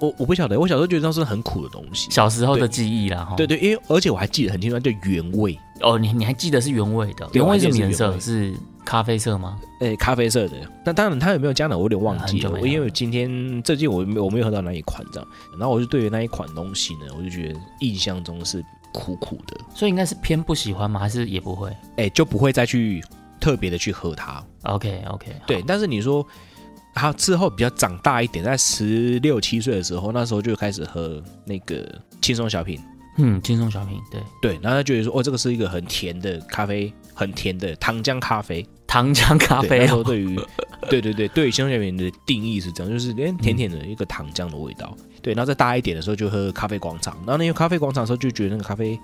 S1: 我我不晓得，我小时候觉得那是很苦的东西。
S2: 小时候的记忆啦，哈。
S1: 对对，因为而且我还记得很清楚，它叫原味，
S2: 哦，你你还记得是原味的？
S1: 对
S2: 原味是
S1: 我还记
S2: 什么
S1: 得是
S2: 颜色？
S1: 原味
S2: 是咖啡哎色吗？
S1: 诶、咖啡色的。那当然它有没有加奶，我有点忘记
S2: 啊很久没
S1: 了，
S2: 喝
S1: 因为今天最近我没有我没有喝到那一款这样。然后我就对于那一款东西呢，我就觉得印象中是苦苦的，
S2: 所以应该是偏不喜欢吗？还是也不会
S1: 哎、就不会再去特别的去喝它。
S2: ？OK OK，
S1: 对，但是你说他之后比较长大一点，在十六七岁的时候，那时候就开始喝那个轻松小品。
S2: 嗯，轻松小品，对，
S1: 对，然后他觉得说，哦，这个是一个很甜的咖啡，很甜的糖浆咖啡。
S2: 糖浆咖
S1: 对，那
S2: 啡
S1: 时候
S2: 哦，
S1: 对于，对对对，对于轻松小品的定义是这样，就是连甜甜的一个糖浆的味道。对，然后再大一点的时候就喝咖啡广场，然后那个咖啡广场的时候就觉得那个咖啡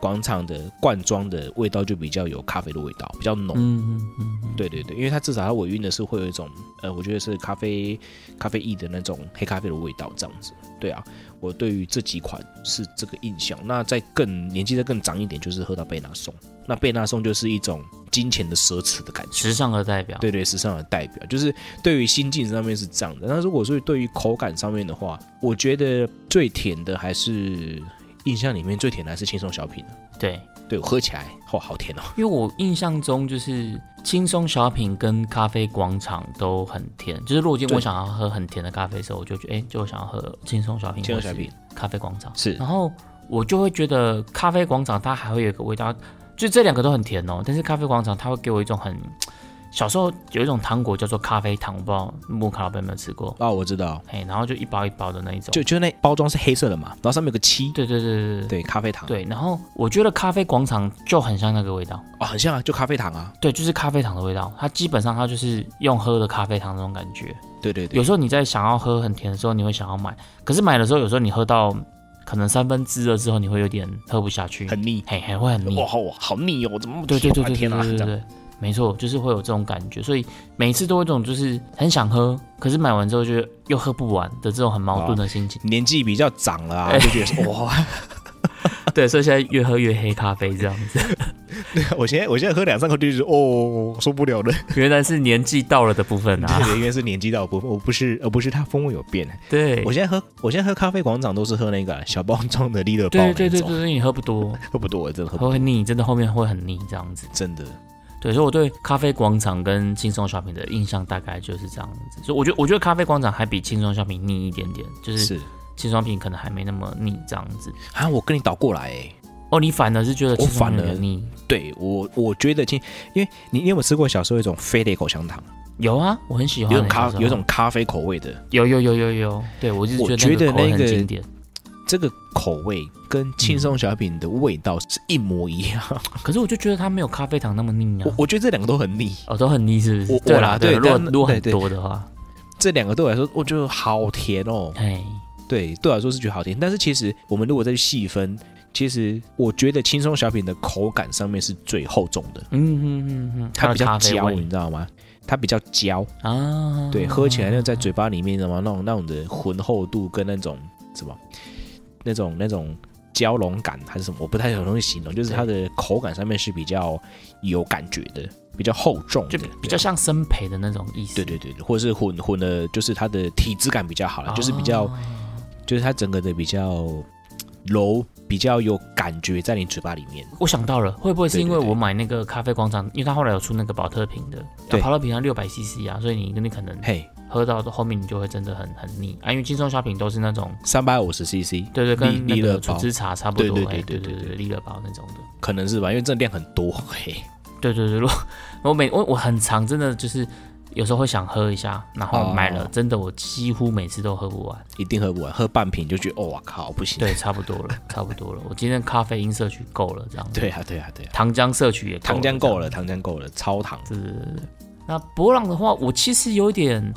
S1: 广场的罐装的味道就比较有咖啡的味道，比较浓。
S2: 嗯嗯嗯嗯，
S1: 对对对，因为它至少它尾韵的是会有一种，呃，我觉得是咖啡咖啡意的那种黑咖啡的味道这样子。对啊，我对于这几款是这个印象。那再更年纪再更长一点，就是喝到贝纳颂。那贝纳颂就是一种金钱的奢侈的感觉。
S2: 时尚的代表，
S1: 对对，时尚的代表，就是对于心境上面是这样的。那如果说对于口感上面的话，我觉得最甜的还是印象里面最甜的还是轻松小品、啊。
S2: 对，
S1: 对我喝起来，哦，好甜哦。
S2: 因为我印象中就是轻松小品跟咖啡广场都很甜，就是如果今天
S1: 对
S2: 我想要喝很甜的咖啡的时候，我就觉得哎、就想要喝轻松小品，
S1: 轻松小品、
S2: 咖啡广场，
S1: 是
S2: 然后我就会觉得咖啡广场它还会有一个味道，就这两个都很甜哦，但是咖啡广场它会给我一种很小时候有一种糖果叫做咖啡糖，我不知道木卡老板有没有吃过，
S1: 啊，我知道，
S2: 哎，然后就一包一包的那一种，
S1: 就就那包装是黑色的嘛，然后上面有个七，
S2: 对对对对对
S1: 对，啊咖啡糖，
S2: 对，然后我觉得咖啡广场就很像那个味道。
S1: 哦，很像啊，就咖啡糖啊，
S2: 对，就是咖啡糖的味道，它基本上它就是用喝的咖啡糖那种感觉。
S1: 对对对
S2: 有，时候你在想要喝很甜的时候，你会想要买，可是买的时候，有时候你喝到可能三分之二之后，你会有点喝不下去，
S1: 很腻，
S2: 嘿嘿，会很腻
S1: 哇，。好好腻哦，怎么那么
S2: 对对
S1: 甜
S2: 对
S1: 啊
S2: 对对
S1: 天啊，
S2: 对
S1: 这
S2: 对
S1: 样
S2: 对，没错，就是会有这种感觉，所以每次都有一种就是很想喝，可是买完之后就又喝不完的这种很矛盾的心情。
S1: 年纪比较长了啊，
S2: 哎
S1: 就觉得说
S2: (laughs)
S1: 哇， (laughs)
S2: 啊对，所以现在越喝越黑咖啡这样 (laughs) 子，
S1: 我现在我现在喝两三口就觉得哦，受不了了。
S2: 原来是年纪到了的部分 (laughs) 啊。
S1: 对，因为是年纪到的部分，我不是，呃而不是它风味有变。
S2: (laughs) 对
S1: 我，现在喝，我现在喝咖啡广场都是喝那个小包装的利乐包
S2: 对对
S1: 那
S2: 对对
S1: 种，
S2: 对，你喝不多，
S1: 喝不多，真的喝不
S2: 喝会腻，真的后面会很腻这样子。
S1: 真的。
S2: 对，所以我对咖啡广场跟轻松小品的印象大概就是这样子。所以我觉得，我觉得咖啡广场还比轻松小品腻一点点，就是
S1: 是
S2: 轻松小品可能还没那么腻这样子。
S1: 啊，我跟你倒过来、欸，
S2: 哦，你反而是觉得轻松小品
S1: 我反而
S2: 很腻？
S1: 对我我觉得，其实因为你你有没有吃过小时候一种飞碟口香糖，
S2: 有啊，我很喜欢
S1: 有
S2: 欸、
S1: 种咖
S2: 小时候
S1: 有种咖啡口味的，
S2: 有有有有有，对我就是
S1: 我
S2: 觉
S1: 觉
S2: 得
S1: 得那
S2: 那个口很
S1: 个
S2: 经典。
S1: 这个口味跟轻松小品的味道是一模一样。
S2: 可是我就觉得它没有咖啡糖那么腻啊
S1: (laughs) 我。我觉得这两个都很腻，
S2: 哦，都很腻是不是
S1: 我？
S2: 对
S1: 我
S2: 啦，
S1: 啦
S2: 对，
S1: 对
S2: 如果
S1: 但
S2: 如果很
S1: 对对
S2: 多的话，
S1: 这两个对我来说，我觉得好甜 (laughs) 哦。
S2: 哎，
S1: 对，对我来说是觉得好甜。但是其实我们如果再去细分，其实我觉得轻松小品的口感上面是最厚重的，
S2: 嗯嗯嗯嗯，
S1: 它
S2: 的
S1: 比较
S2: 咖啡
S1: 焦，
S2: 味
S1: 你知道吗？它比较焦，
S2: 啊，
S1: 对，喝起来那在嘴巴里面，什么那种那种的浑厚度跟那种什么那种那种焦融感还是什么，我不太容易形容，就是它的口感上面是比较有感觉的，比较厚重的，
S2: 就比较
S1: 对啊
S2: 像生培的那种意思。
S1: 对对对，对或者是混混的，就是它的体质感比较好了，就是比较
S2: 哦
S1: 就是它整个的比较揉比较有感觉在你嘴巴里面。
S2: 我想到了，会不会是因为
S1: 对对对
S2: 我买那个咖啡广场，因为它后来有出那个保特瓶的，
S1: 对
S2: 啊保特瓶它六百 CC 啊，所以你你可能
S1: 嘿，
S2: 喝到后面你就会真的很很腻啊，因为轻松小品都是那种。
S1: 三百五十 CC，
S2: 对对，跟
S1: 利
S2: 那
S1: 利乐
S2: 个
S1: 包
S2: 纯汁茶差不多，
S1: 对对
S2: 哎
S1: 对对
S2: 对
S1: 对
S2: 对，利乐包那种的，
S1: 可能是吧，因为这量很多。嘿，
S2: 对对对，如果我每我我很常真的就是有时候会想喝一下，然后买了，
S1: 哦
S2: 真的我几乎每次都喝不完，
S1: 一定喝不完，喝半瓶就觉得哦，哇靠，不行。
S2: 对，差不多了，差不多了，我今天咖啡因摄取够了，这样子，
S1: 对啊，对啊，对啊，
S2: 糖浆摄取也
S1: 糖浆
S2: 够了。
S1: 够了，糖浆够了，超糖。
S2: 对对对对。那博朗的话，我其实有点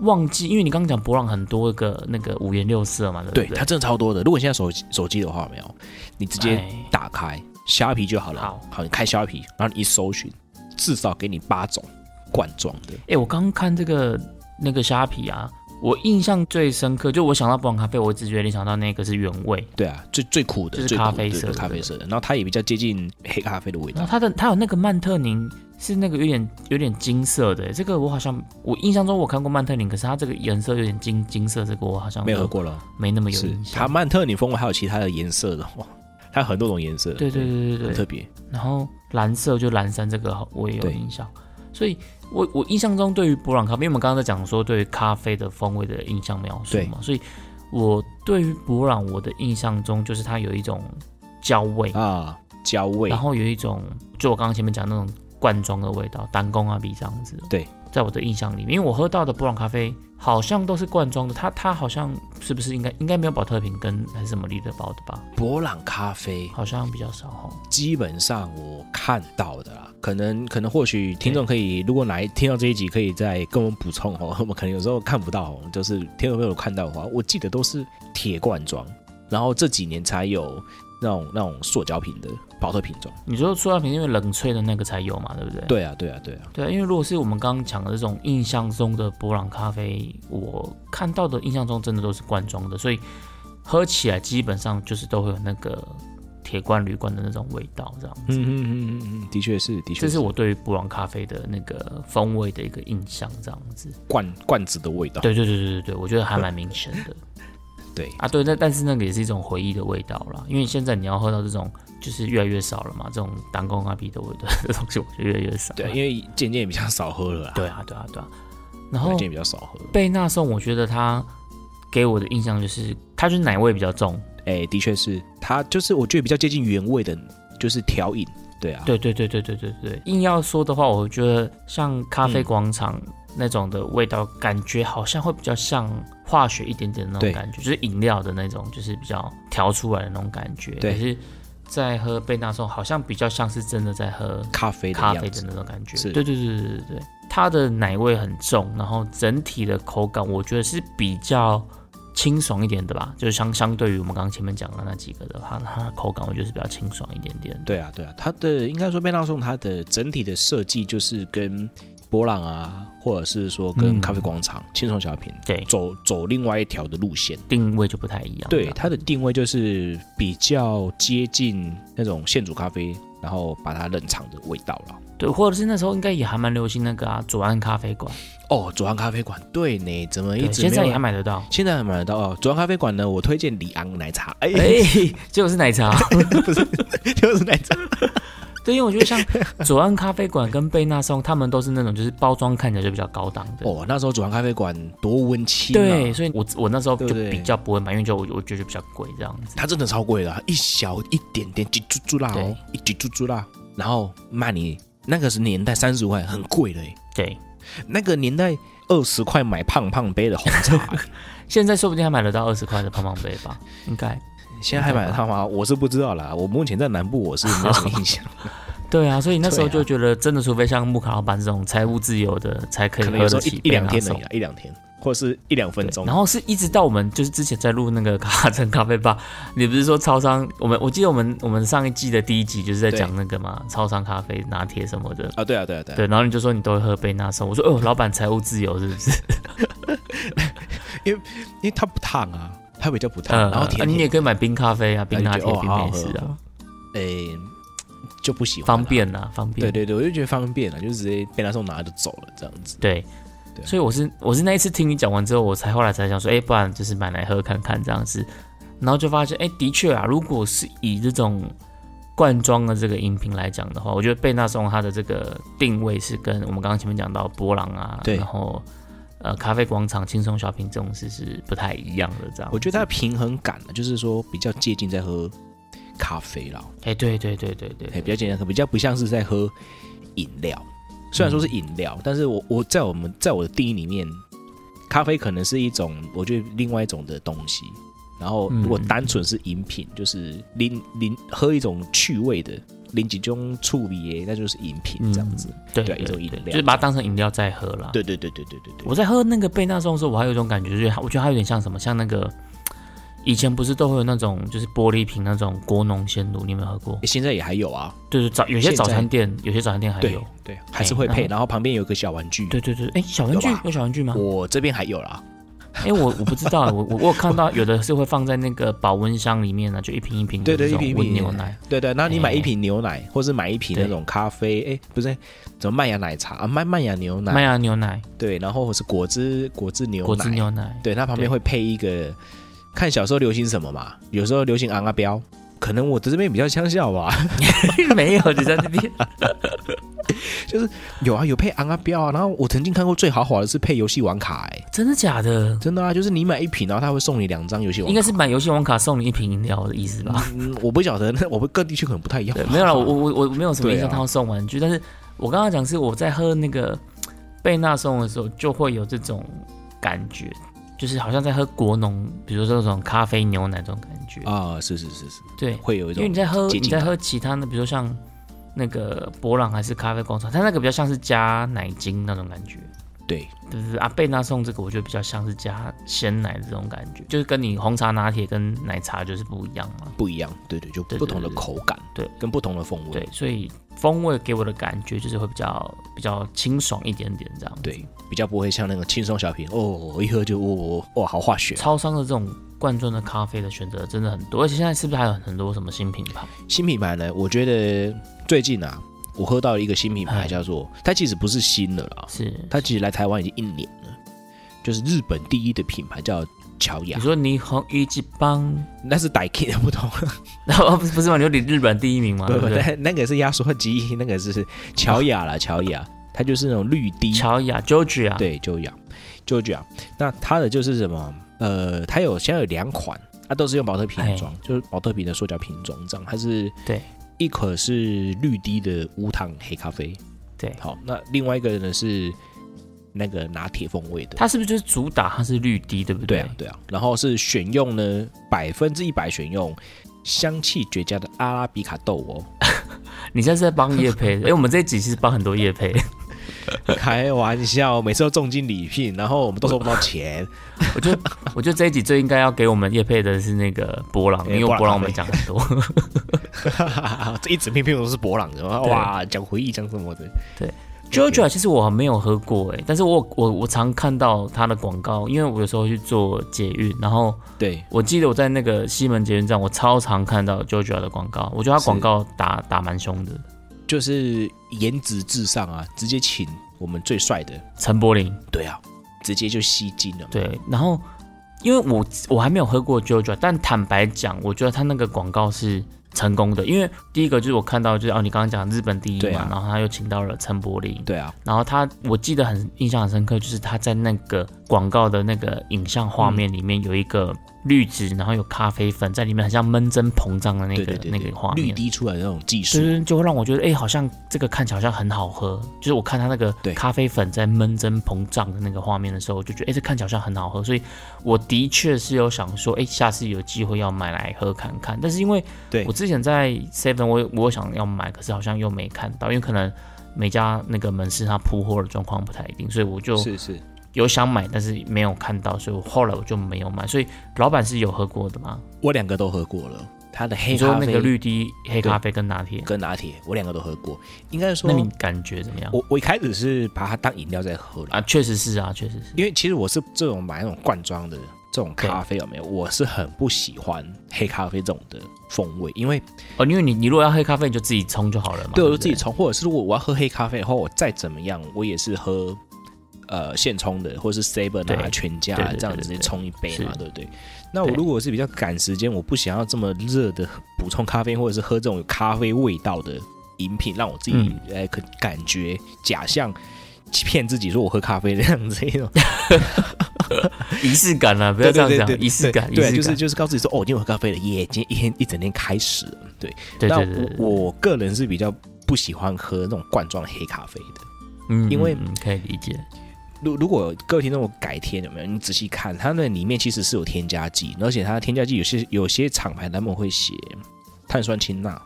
S2: 忘记，因为你刚刚讲博朗很多个那个五颜六色嘛，对不
S1: 对，
S2: 对？
S1: 它真的超多的。如果你现在手机手机的话，有没有，你直接
S2: 哎
S1: 打开虾皮就好了。
S2: 好
S1: 你开虾皮，然后你一搜寻，至少给你八种罐装的。
S2: 哎、我刚看这个那个虾皮啊，我印象最深刻，就我想到博朗咖啡，我直觉联想到那个是原味。
S1: 对啊，最最苦的，
S2: 就是
S1: 最苦
S2: 咖
S1: 的
S2: 啡色
S1: 对
S2: 的
S1: 咖啡
S2: 对
S1: 色的。然后它也比较接近黑咖啡的味道
S2: 然后。它的它有那个曼特宁是那个有点有点金色的，这个我好像我印象中我看过曼特宁，可是它这个颜色有点金金色，这个我好像
S1: 没有喝，过了，
S2: 没那么有
S1: 是
S2: 印象
S1: 它。曼特宁风味还有其他的颜色的哇，它有很多种颜色。
S2: 对对对对
S1: 很
S2: 对，
S1: 特别。
S2: 然后蓝色就蓝山这个好我也有
S1: 对
S2: 印象，所以我我印象中对于博朗咖啡，因为我们刚刚在讲说对于咖啡的风味的印象描述
S1: 对
S2: 嘛，所以我对于博朗我的印象中就是它有一种焦味，
S1: 啊，焦味
S2: 然后有一种就我刚刚前面讲那种罐装的味道，单工啊比这样子。
S1: 对，
S2: 在我的印象里面，因为我喝到的博朗咖啡好像都是罐装的，它它好像是不是应该应该没有保特瓶跟还是什么利德包的吧？
S1: 博朗咖啡
S2: 好像比较少哦。
S1: 基本上我看到的啦，可能可能或许听众可以，如果哪一听到这一集，可以再跟我们补充哦。我们可能有时候看不到哦，就是听众朋友看到的话，我记得都是铁罐装，然后这几年才有那种那种塑胶瓶的保特瓶装。
S2: 你说塑料瓶因为冷萃的那个才有嘛，对不对？
S1: 对啊，对啊，对啊，
S2: 对，因为如果是我们刚刚讲的这种印象中的博朗咖啡，我看到的印象中真的都是罐装的，所以喝起来基本上就是都会有那个铁罐铝罐的那种味道，这样子。
S1: 嗯嗯嗯嗯嗯，的确是，的确
S2: 这是我对于博朗咖啡的那个风味的一个印象，这样子。
S1: 罐罐子的味道。
S2: 对对对对对对，我觉得还蛮明显的
S1: 对
S2: 啊。对，那但是那个也是一种回忆的味道啦，因为现在你要喝到这种就是越来越少了嘛，这种单工咖啡的 (laughs) 味道，这东西我觉得越来越少了。
S1: 对，因为渐渐也比较少喝了啦，
S2: 对啊，对啊，对啊。然后
S1: 渐渐比较少喝。
S2: 贝纳颂，我觉得他给我的印象就是，他就是奶味比较重。
S1: 哎，的确是，它就是我觉得比较接近原味的，就是调饮。对啊，
S2: 对对对对对对对。硬要说的话，我觉得像咖
S1: 嗯
S2: 啡广场那种的味道，感觉好像会比较像化学一点点的那种
S1: 对
S2: 感觉，就是饮料的那种，就是比较调出来的那种感觉。
S1: 对
S2: 可是，在喝贝纳颂，好像比较像是真的在喝
S1: 咖啡的
S2: 咖啡
S1: 样
S2: 的
S1: 子。
S2: 那种感觉。
S1: 是
S2: 对对对对对对，它的奶味很重，然后整体的口感我觉得是比较清爽一点的吧，就是相相对于我们刚刚前面讲的那几个的话，它的口感我觉得是比较清爽一点点的。
S1: 对啊，对啊，它的应该说贝纳颂它的整体的设计就是跟波浪啊，或者是说
S2: 嗯
S1: 跟咖啡广场、轻松小品
S2: 对，
S1: 走走另外一条的路线。
S2: 定位就不太一样。
S1: 对，它的定位就是比较接近那种现煮咖啡，然后把它冷藏的味道了。
S2: 对，或者是那时候应该也还蛮流行那个啊，左岸咖啡馆，
S1: 哦，左岸咖啡馆，对呢，怎么一
S2: 对
S1: 直
S2: 现
S1: 没
S2: 在也
S1: 有啊
S2: 还买得
S1: (laughs)。
S2: 到
S1: 现在还买得到哦。左岸咖啡馆呢，我推荐里昂奶茶，哎，
S2: 哎、结果是奶茶。
S1: (laughs)
S2: (laughs)
S1: 就是奶茶，
S2: 对，因为我觉得像左岸咖啡馆跟贝纳颂，他们都是那种就是包装看起来就比较高档的。
S1: 哦，那时候左岸咖啡馆多温馨啊！
S2: 对，所以我我那时候
S1: 对
S2: 就
S1: 不对
S2: 比较不会买，因为就我我觉得就比较贵这样子。
S1: 它真的超贵的啊，一小一点点几猪猪啦哦
S2: 对，
S1: 一几猪猪啦，然后卖你那个是年代三十块，很贵的欸，
S2: 对，
S1: 那个年代二十块买胖胖杯的红茶
S2: (laughs)
S1: 欸，
S2: 现在说不定还买得到二十块的胖胖杯
S1: (laughs)
S2: 吧，应该。
S1: 现在还买得到吗？我是不知道啦，我目前在南部我是没有什么印
S2: (laughs)
S1: 象，
S2: 对啊，所以那时候
S1: 对
S2: 就
S1: 啊
S2: 觉得，真的，除非像木卡老板这种财务自由的，才可以
S1: 可能
S2: 喝
S1: 有时候
S2: 得起
S1: 一一两天
S2: 贝纳
S1: 而
S2: 颂
S1: 已啦，啊一两天或者是一两分钟
S2: 对然。后是一直到我们就是之前在录那个卡城咖啡吧，你不是说超商？我们我记得我们我们上一季的第一集就是在
S1: 对
S2: 讲那个嘛，超商咖啡拿铁什么的。
S1: 啊，对啊，对啊，对啊，
S2: 对，然后你就说你都会喝贝纳颂，我说哦，老板财务自由是不是？
S1: 因为它不烫啊，它比较不烫，
S2: (laughs) 呃，
S1: 然后
S2: 啊
S1: 甜
S2: 你也
S1: 甜，
S2: 可以买冰咖啡啊，冰拿铁、
S1: 然后就觉
S2: 冰
S1: 得哦好好
S2: 美
S1: 喝
S2: 式啊，
S1: 诶，就不喜欢
S2: 方
S1: 啦。
S2: 便啊，方便。
S1: 对对对，我就觉得方便啊了，就直接被他送拿就走了这样子。
S2: 对，
S1: 对啊
S2: 所以我是我是那一次听你讲完之后，我才后来才想说，哎、不然就是买来喝看看这样子。然后就发现，哎，的确啊，如果是以这种罐装的这个饮品来讲的话，我觉得贝纳颂它的这个定位是跟我们刚刚前面讲到博朗啊，
S1: 对
S2: 然后呃咖啡广场、轻松小品这种是是不太一样的这样
S1: 啊我。觉得它的平衡感呢，就是说比较接近在喝咖啡啦，
S2: 哎，对对对对对，
S1: 哎，比较简单，比较不像是在喝饮料。虽然说是
S2: 嗯
S1: 饮料，但是我我在我们在我的定义里面，咖啡可能是一种，我觉得另外一种的东西。然后
S2: 嗯
S1: 如果单纯是饮品，就是拎拎喝一种趣味的，拎几种醋味的，那就是饮
S2: 嗯
S1: 品这样子。
S2: 对
S1: 对啊，一种
S2: 对，
S1: 饮料，
S2: 就是把它当成饮料在喝啦。
S1: 对对对对对对对。
S2: 啊我在喝那个贝纳颂的时候，我还有一种感觉，就是它我觉得它有点像什么，像那个以前不是都会有那种就是玻璃瓶那种国农鲜乳，你有没有喝过
S1: 诶？现在也还有啊，
S2: 对对，早有些
S1: 现在
S2: 早餐店，有些早餐店还
S1: 对
S2: 有。哎
S1: 对，还是会配，
S2: 然后
S1: 然后旁边有个小玩具。
S2: 对啊对对，哎，小玩
S1: 有
S2: 具
S1: 吧
S2: 有小玩具吗？
S1: 我这边还有啦，
S2: 哎，我我不知道，我我我有看到有的是会放在那个保温箱里面呢，啊就一瓶一瓶
S1: 对
S2: 的
S1: 对，一
S2: 这种
S1: 瓶一
S2: 温
S1: 瓶
S2: 牛奶。，
S1: 对对，那你买
S2: 哎
S1: 一瓶牛奶，或是买一瓶
S2: 对
S1: 那种咖啡，哎，不是，怎么麦芽奶茶啊，麦麦芽牛
S2: 麦
S1: 奶，
S2: 芽牛奶、
S1: 对，然后或是果汁果汁牛
S2: 果汁
S1: 奶，
S2: 牛奶， (laughs)
S1: 对，它旁边
S2: 对
S1: 会配一个，看小时候流行什么嘛，有时候流行昂阿标，可能我的这边比较相像吧， (laughs)
S2: 没有就在那边。
S1: 有啊，有配昂阿标啊，然后我曾经看过最豪华的是配游戏网卡，哎，
S2: 真的假的？
S1: 真的啊，就是你买一瓶，然后他会送你两张游戏网
S2: 应
S1: 卡
S2: 该，是买游戏王卡送你一瓶饮料的意思吧？
S1: 嗯，我不晓得， (laughs) 那我们各地区可能不太一样 (laughs)
S2: 对，
S1: 吧，
S2: 没有了，我我我我没有什么印
S1: 对
S2: 象
S1: 啊
S2: 他要送玩具，但是我刚刚讲是我在喝那个贝纳颂的时候，就会有这种感觉，就是好像在喝国农，比如说这种咖啡牛奶这种感觉。
S1: (laughs) 啊，是是是是，
S2: 对，
S1: 会有一
S2: 因为
S1: 种
S2: 你在喝
S1: 接
S2: 你
S1: 近
S2: 在
S1: 感
S2: 喝其他的，比如说像那个博朗还是咖啡广场，它那个比较像是加奶精那种感觉。
S1: 对。
S2: 对对对，啊，贝纳颂这个我觉得比较像是加鲜奶的这种感觉，就是跟你红茶拿铁跟奶茶就是不一样嘛。
S1: 不一样，对对，就
S2: 对对
S1: 不同的
S2: 对对
S1: 口感，
S2: 对，
S1: 跟不同的风味，
S2: 对，所以风味给我的感觉就是会比较比较清爽一点点这样。，
S1: 对，比较不会像那个轻松小品哦，我一喝就哦哦，哇，好化学。
S2: 超商的这种罐装的咖啡的选择真的很多，而且现在是不是还有很多什么新品牌？
S1: 新品牌呢，我觉得最近啊，我喝到了一个新品
S2: 哎
S1: 牌，叫做它其实不是新的啦，
S2: 是，
S1: 它其实来台湾已经一年了，就是日本第一的品牌叫乔
S2: 比
S1: 雅
S2: 如，说霓虹一级 (laughs) 棒，
S1: 那是 d a i k i 不同，
S2: 然后不是不是嘛，你有你日本第一名嘛，对
S1: 不
S2: 不
S1: 不，
S2: 对？
S1: (laughs) 但那个是压缩机，那个是乔雅啦，乔雅，它就是那种绿滴，
S2: 乔雅 Georgia，，
S1: 对，就养，就养。那它的就是什么？呃，它有现在有两款，它都是用保特瓶
S2: 哎
S1: 装，就是保特瓶的塑胶瓶装这样。它是
S2: 对，
S1: 一可是绿滴的无糖黑咖啡，
S2: 对
S1: 好，那另外一个呢是那个拿铁风味的。
S2: 它是不是就是主打它是绿滴，对不
S1: 对啊，对啊，然后是选用呢百分之一百选用香气绝佳的阿拉比卡豆哦，
S2: 你现在是在帮叶
S1: (laughs)
S2: 配，哎、我们这一集其实帮很多叶配，
S1: 开玩笑，每次都重金礼聘，然后我们都收不到钱，
S2: 我觉得 (laughs) 我觉得这一集最应该要给我们叶配的是那个波浪，
S1: 哎
S2: 因为波
S1: 波浪
S2: 浪我们讲很多，
S1: (laughs) 这一整篇篇都是博朗的，哇，讲回忆讲什么的，
S2: Jojo 啊其实我没有喝过哎，但是我我我常看到它的广告，因为我有时候去做捷运，然后
S1: 对，
S2: 我记得我在那个西门捷运站，我超常看到 Jojo 的广告，我觉得它
S1: 是
S2: 广告打打蛮凶的。
S1: 就是颜值至上啊，直接请我们最帅的，
S2: 陈柏霖
S1: 对啊，直接就吸金了。
S2: 对，然后因为我我还没有喝过 Jojo，但坦白讲，我觉得它那个广告是成功的，因为第一个就是我看到就是哦，你刚刚讲日本第一
S1: 对
S2: 嘛，
S1: 啊
S2: 然后他又请到了陈柏霖，
S1: 对啊，
S2: 然后他，我记得很印象很深刻，就是他在那个广告的那个影像画面里面有一个绿植，然后有咖啡粉在里面，很像闷蒸膨胀的那
S1: 对
S2: 个
S1: 对对
S2: 那
S1: 对，
S2: 个画
S1: 绿
S2: 面，
S1: 滴出来的那种技术
S2: 就，是就会让我觉得，哎、好像这个看起来好像很好喝。就是我看他那个
S1: 对
S2: 咖啡粉在闷蒸膨胀的那个画面的时候，我就觉得，哎、这看起来好像很好喝。所以我的确是有想说，哎、下次有机会要买来喝看看。但是因为
S1: 对
S2: 我之前在 Seven，我有我有想要买，可是好像又没看到，因为可能每家那个门市它铺货的状况不太一定，所以我就是
S1: 是，
S2: 有想买，但是没有看到，所以我后来我就没有买。所以老板是有喝过的吗？
S1: 我两个都喝过了，它的黑
S2: 你说
S1: 咖啡
S2: 那个绿滴黑咖啡跟拿铁，
S1: 跟拿铁，我两个都喝过。应该说
S2: 那，你感觉怎么样？
S1: 我我一开始是把它当饮料在喝了，
S2: 啊，确实是啊，确实是。
S1: 因为其实我是这种买那种罐装的这种咖啡有没有？我是很不喜欢黑咖啡这种的风味，因为
S2: 哦，因为你你如果要喝咖啡，你就自己冲就好了嘛。
S1: 对，
S2: 对
S1: 我
S2: 不
S1: 就
S2: 对
S1: 自己冲，或者是如果我要喝黑咖啡的话，我再怎么样，我也是喝呃现冲的，或是 Seven 啊、
S2: 对
S1: 全家
S2: 对
S1: 啊
S2: 对对
S1: 这样直接
S2: 对对
S1: 冲一杯嘛，
S2: 是
S1: 对不对？那我
S2: 对
S1: 如果是比较赶时间，我不想要这么热的补充咖啡因，或者是喝这种有咖啡味道的饮品，让我自己
S2: 嗯
S1: 呃可感觉假象骗自己说我喝咖啡这样
S2: (laughs)
S1: 子一种
S2: 仪式感了，不要这样
S1: 对对对
S2: 讲，
S1: 对
S2: 仪式感，仪
S1: 对，就
S2: 式
S1: 是
S2: 感，
S1: 就是告诉你说，哦，今天我喝咖啡了，耶，今天一天一整天开始了。对，
S2: 对
S1: 那
S2: 对对对，
S1: 我我个人是比较不喜欢喝那种罐装黑咖啡的。
S2: 嗯，
S1: 因为
S2: 嗯嗯可以理解，
S1: 如如果各位听众改天有没有，你仔细看，它那里面其实是有添加剂，而且它的添加剂有些有些厂牌他们会写碳酸氢钠，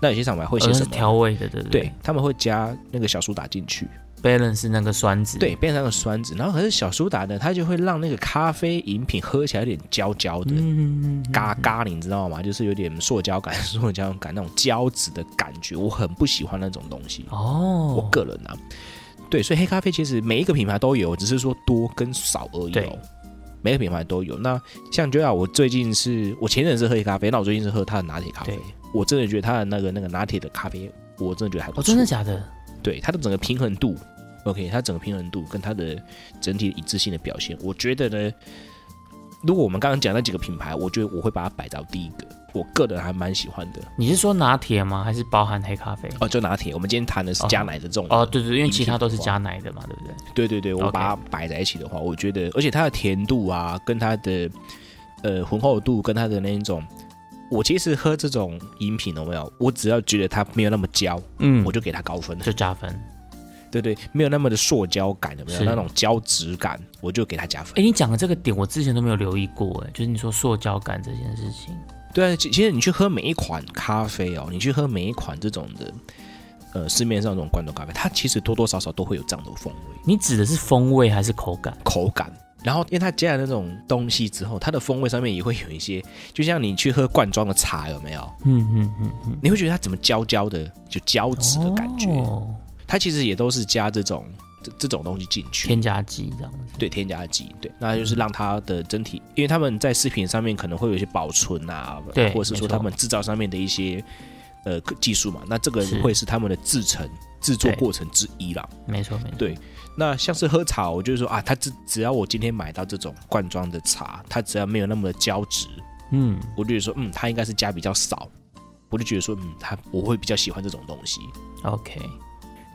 S1: 那有些厂牌会
S2: 而
S1: 写
S2: 且
S1: 什
S2: 是
S1: 么？
S2: 调味的，嗯对不
S1: 对，他们会加那个小苏打进去，
S2: ？balance 是那个酸质，
S1: 对，变成那个酸质。然后可是小苏打呢，它就会让那个咖啡饮品喝起来有点焦焦的，
S2: 嗯，嗯，嗯
S1: 嘎嘎，你知道吗？就是有点塑胶感、 (laughs) 塑胶感那种胶质的感觉，我很不喜欢那种东西。
S2: 哦，
S1: 我个人啊，对，所以黑咖啡其实每一个品牌都有，只是说多跟少而已、哦
S2: 对。
S1: 每个品牌都有。那像 j o 我最近是我前阵子是喝黑咖啡，那我最近是喝他的拿铁咖啡
S2: 对。
S1: 我真的觉得他的那个那个拿铁的咖啡，我真的觉得还不
S2: 哦，
S1: 错。
S2: 真的假的？
S1: 对它的整个平衡度，OK，它整个平衡度跟它的整体一致性的表现，我觉得呢，如果我们刚刚讲那几个品牌，我觉得我会把它摆到第一个，我个人还蛮喜欢的
S2: 你是说拿铁吗？还是包含黑咖啡？
S1: 哦，就拿铁。我们今天谈的是
S2: 哦
S1: 加奶的这种
S2: 哦，对对，因为其他都是
S1: 饮品的话
S2: 加奶的嘛，对不对？
S1: 对对对，我
S2: OK
S1: 把它摆在一起的话，我觉得，而且它的甜度啊，跟它的呃浑厚度，跟它的那一种，我其实喝这种饮品有没有？我只要觉得它没有那么焦，
S2: 嗯，
S1: 我就给它高分。
S2: 就加分。
S1: 对对，没有那么的塑胶感，有没有
S2: 是
S1: 那种胶质感，我就给它加分
S2: 哎、。你讲的这个点，我之前都没有留意过，哎，就是你说塑胶感这件事情，
S1: 对啊，其其实你去喝每一款咖啡哦，你去喝每一款这种的，呃，市面上这种罐头咖啡，它其实多多少少都会有这样的风味、
S2: 你指的是风味还是口感？
S1: 口感。然后，因为它加了那种东西之后，它的风味上面也会有一些，就像你去喝罐装的茶，有没有？
S2: 嗯嗯嗯嗯，
S1: 你会觉得它怎么焦焦的，就胶质的感觉。
S2: 哦、
S1: 它其实也都是加这种这这种东西进去，
S2: 添嗯加剂这样子。
S1: 对，添加剂，对，那就是让它的整体，因为他们在食品上面可能会有一些保存啊，
S2: 对
S1: 或者是说
S2: 没错
S1: 他们制造上面的一些呃科技术嘛，那这个
S2: 是
S1: 会是他们的制成制作
S2: 对
S1: 过程之一啦。
S2: 没错没错，
S1: 对那像是喝茶，我就是说啊，它只只要我今天买到这种罐装的茶，它只要没有那么的胶质，
S2: 嗯，
S1: 我就觉得说，嗯，它应该是加比较少，我就觉得说，嗯，它我会比较喜欢这种东西。
S2: OK，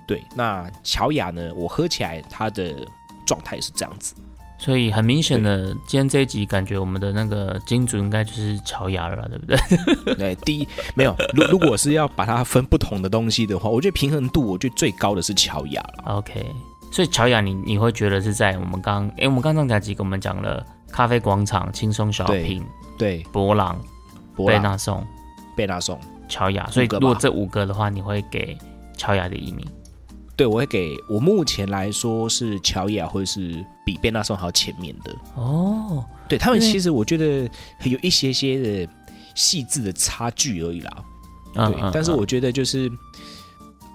S1: 对，那乔雅呢，我喝起来它的状态是这样子，
S2: 所以很明显的，今天这一集感觉我们的那个金主应该就是乔雅了啦，对不 (laughs) 对？
S1: 对，第一没有，如如果是要把它分不同的东西的话，我觉得平衡度我觉得最高的是乔雅了。
S2: OK，所以乔雅你，你会觉得是在我们刚，哎，我们刚刚讲几个，我们讲了咖啡广场、轻松小
S1: 对
S2: 品、
S1: 对，
S2: 博朗、
S1: 博
S2: 贝
S1: 纳
S2: 纳颂、
S1: 贝纳颂，
S2: 乔雅，所以
S1: 五个
S2: 如
S1: 吧
S2: 果这五个的话，你会给乔雅的一名。
S1: 对我会给我目前来说是乔雅会是比贝纳颂还要前面的。
S2: 哦，
S1: 对他们
S2: 因为
S1: 其实我觉得有一些些的细致的差距而已啦。
S2: 嗯
S1: 对
S2: 嗯，，
S1: 但是
S2: 嗯
S1: 我觉得就是，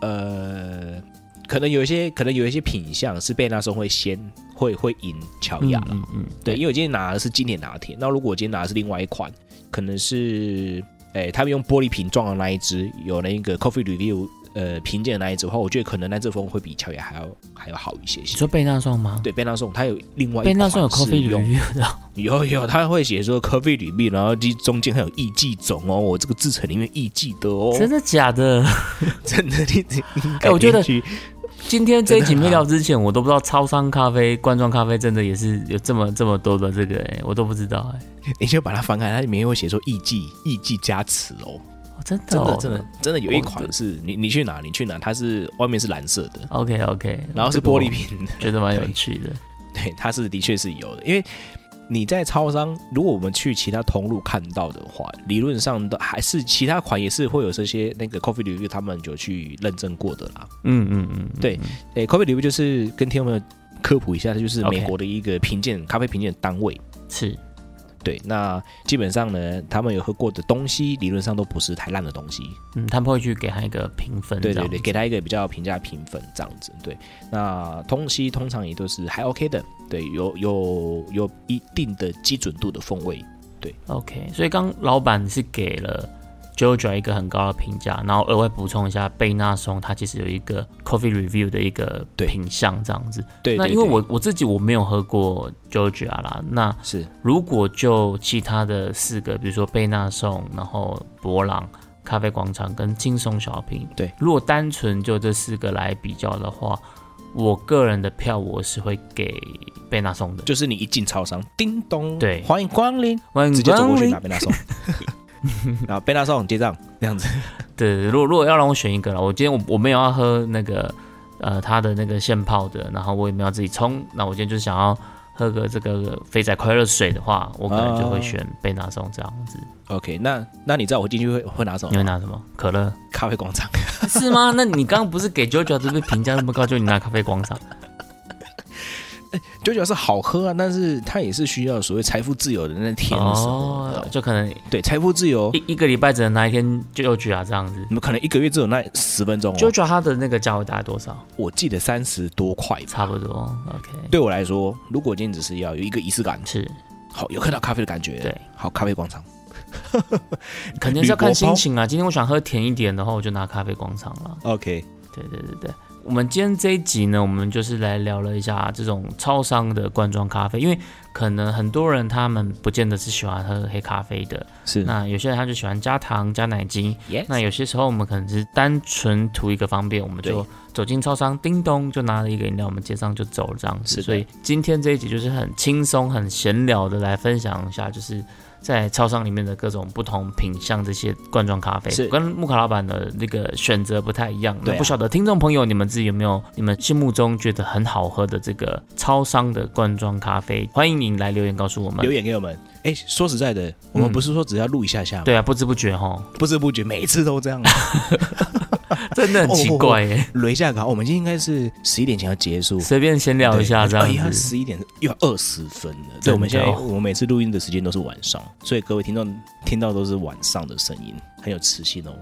S1: 呃，可能有一些可能有一些品相是贝纳颂会先会会赢乔雅了。
S2: 嗯嗯，嗯
S1: 对，因为我今天拿的是经典拿铁，那如果我今天拿的是另外一款，可能是，哎、他们用玻璃瓶装的那一只，有那个 Coffee Review 呃评鉴的那一只的话，我觉得可能那这风会比乔雅还要还要好一些
S2: 你
S1: 些。
S2: 说贝纳颂吗？，
S1: 对，贝纳颂它有另外一
S2: 贝纳颂有
S1: 款是
S2: coffee
S1: 用
S2: review 的，啊
S1: 有有，它会写说 Coffee Review，然后其中间还有意记种哦，我这个制成里面意记的哎哦，
S2: 真的假的？
S1: 真的，你你 (laughs) 你改
S2: 我觉
S1: 天
S2: 得
S1: 去
S2: 今天这一集
S1: 真的
S2: 没
S1: 很
S2: 聊之前，我都不知道超商咖啡、罐装咖啡真的也是有这么这么多的这个、哎，我都不知道哎、
S1: 你就把它翻开，它里面会写说意记意记加持哦，
S2: 哦真的、
S1: 真的
S2: 哦、
S1: 真的真的有一款是你你去拿你去拿，它是外面是蓝色的，
S2: OK OK，
S1: 然后是玻璃，瓶的，
S2: 觉得蛮有趣的。
S1: (laughs) 对，它是的确是有的，因为你在超商，如果我们去其他通路看到的话，理论上的还是其他款也是会有这些那个 Coffee Review 他们有去认证过的啦。
S2: 嗯嗯嗯，嗯
S1: 对，诶 c o f f e e Review 就是跟听众朋友科普一下，它就是美
S2: OK
S1: 国的一个评鉴咖啡评鉴单位。
S2: 是
S1: 对，那基本上呢，他们有喝过的东西，理论上都不是太烂的东西。
S2: 嗯，他们会去给他一个评分，
S1: 对
S2: 这
S1: 对
S2: 样
S1: 对，
S2: 子
S1: 给他一个比较评价评分这样子。对，那东西通常也都是还 OK 的，对，有有有一定的基准度的风味。
S2: OK，所以刚老板是给了 JoJo 一个很高的评价，然后额外补充一下，贝纳松它其实有一个 Coffee Review 的一个
S1: 对
S2: 品相这样子。
S1: 对，
S2: 那
S1: 对
S2: 因为
S1: 对
S2: 我我自己我没有喝过 JoJo 啦，那
S1: 是
S2: 如果就其他的四个，比如说贝纳颂，然后博朗、咖啡广场跟轻松小品，
S1: 对，
S2: 如果单纯就这四个来比较的话，我个人的票我是会给贝纳颂的。
S1: 就是你一进超商，叮咚，
S2: 对
S1: 欢迎光临，
S2: 欢迎
S1: 直接走过去拿
S2: 光临
S1: 贝纳颂， (laughs) 然后贝纳颂结账，这样子。
S2: 对，如果如果要让我选一个了，我今天我我没有要喝那个呃他的那个现泡的，然后我也没有自己冲，那我今天就是想要喝个这个肥仔快乐水的话，我可能就会
S1: 哦
S2: 选贝纳颂这样子。
S1: OK，那那你知道我进去会会拿什
S2: 你
S1: 么
S2: 会
S1: 吗？
S2: 拿什么？可乐。
S1: 咖啡广场，
S2: 是吗？那你刚刚不是给九九这边评价那么高，就你拿咖啡广场？
S1: 九九是好喝啊，但是它也是需要所谓财富自由的那天的时候，你知道
S2: 哦
S1: 吗，
S2: 就可能
S1: 对，啊财富自由，
S2: 一一个礼拜只能拿一天九九啊这样子。
S1: 你们可能一个月只有那十分钟
S2: 九
S1: 哦，
S2: 九它的那个价位大概多少？
S1: 我记得三十多块吧。
S2: 差不多，OK，
S1: 对我来说，如果今天只是要有一个仪式感，
S2: 是，
S1: 好有喝到咖啡的感觉，
S2: 对，
S1: 好咖啡广场，
S2: 肯定是要看心情啊。今天我想喝甜一点的话，我就拿咖啡广场了。
S1: OK，
S2: 对对对对。我们今天这一集呢，我们就是来聊了一下这种超商的罐装咖啡，因为可能很多人他们不见得是喜欢喝黑咖啡的，
S1: 是
S2: 那有些人他就喜欢加糖加奶精，
S1: Yes
S2: 那有些时候我们可能只是单纯图一个方便，我们就
S1: 对
S2: 走进超商，叮咚就拿了一个饮料，我们结账就走了这样
S1: 是
S2: 子。
S1: 的
S2: 所以今天这一集就是很轻松、很闲聊的来分享一下，就是在超商里面的各种不同品相这些罐装咖啡，
S1: 是
S2: 跟木卡老板的那个选择不太一样。
S1: 对
S2: 那
S1: 啊
S2: 不晓得听众朋友你们自己有没有你们心目中觉得很好喝的这个超商的罐装咖啡？欢迎你来留言告诉我们
S1: 留。言给我们。哎，说实在的，我们不是说只要录一下下吗？
S2: 嗯对啊，不知不
S1: (laughs)
S2: 觉哈，
S1: 不知不觉每次都这
S2: (laughs)
S1: 样，啊
S2: 真的很奇怪耶。
S1: 雷下稿。我们今天应该是十一点前要结束，
S2: 随便闲聊一下这
S1: 哦对哎
S2: 样
S1: 呀，
S2: 子。
S1: 十一点又要二十分了。
S2: 真的
S1: 对，我们现在
S2: 哦
S1: 我们每次录音的时间都是晚上，所以各位听众听到都是晚上的声音，很有磁性哦。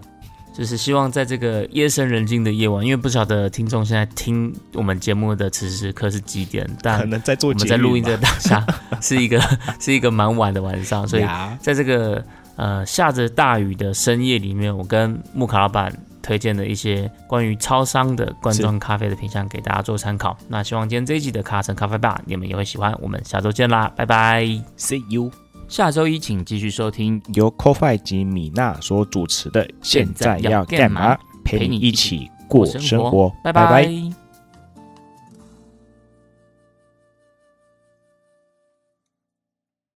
S2: 就是希望在这个夜深人静的夜晚，因为不晓得听众现在听我们节目的此时此刻是几点，但
S1: 可
S2: 我
S1: 能在做
S2: 们
S1: 节
S2: 在录音
S1: 的
S2: 的当
S1: (laughs)
S2: 下是一个是一个蛮晚的晚上，所以在这个呃下着大雨的深夜里面，我跟木卡老板推荐了一些关于超商的罐装咖啡的品相给大家做参考。那希望今天这一集的卡城咖啡吧，你们也会喜欢。我们下周见啦，拜拜！
S1: See you，
S2: 下周一请继续收听
S1: 由 Coffee 及米娜所主持的。
S2: 现在要干嘛？
S1: 陪
S2: 陪
S1: 你
S2: 你
S1: 一
S2: 一
S1: 起
S2: 起
S1: 过
S2: 过
S1: 生
S2: 生
S1: 活
S2: 活，
S1: 拜拜
S2: 拜拜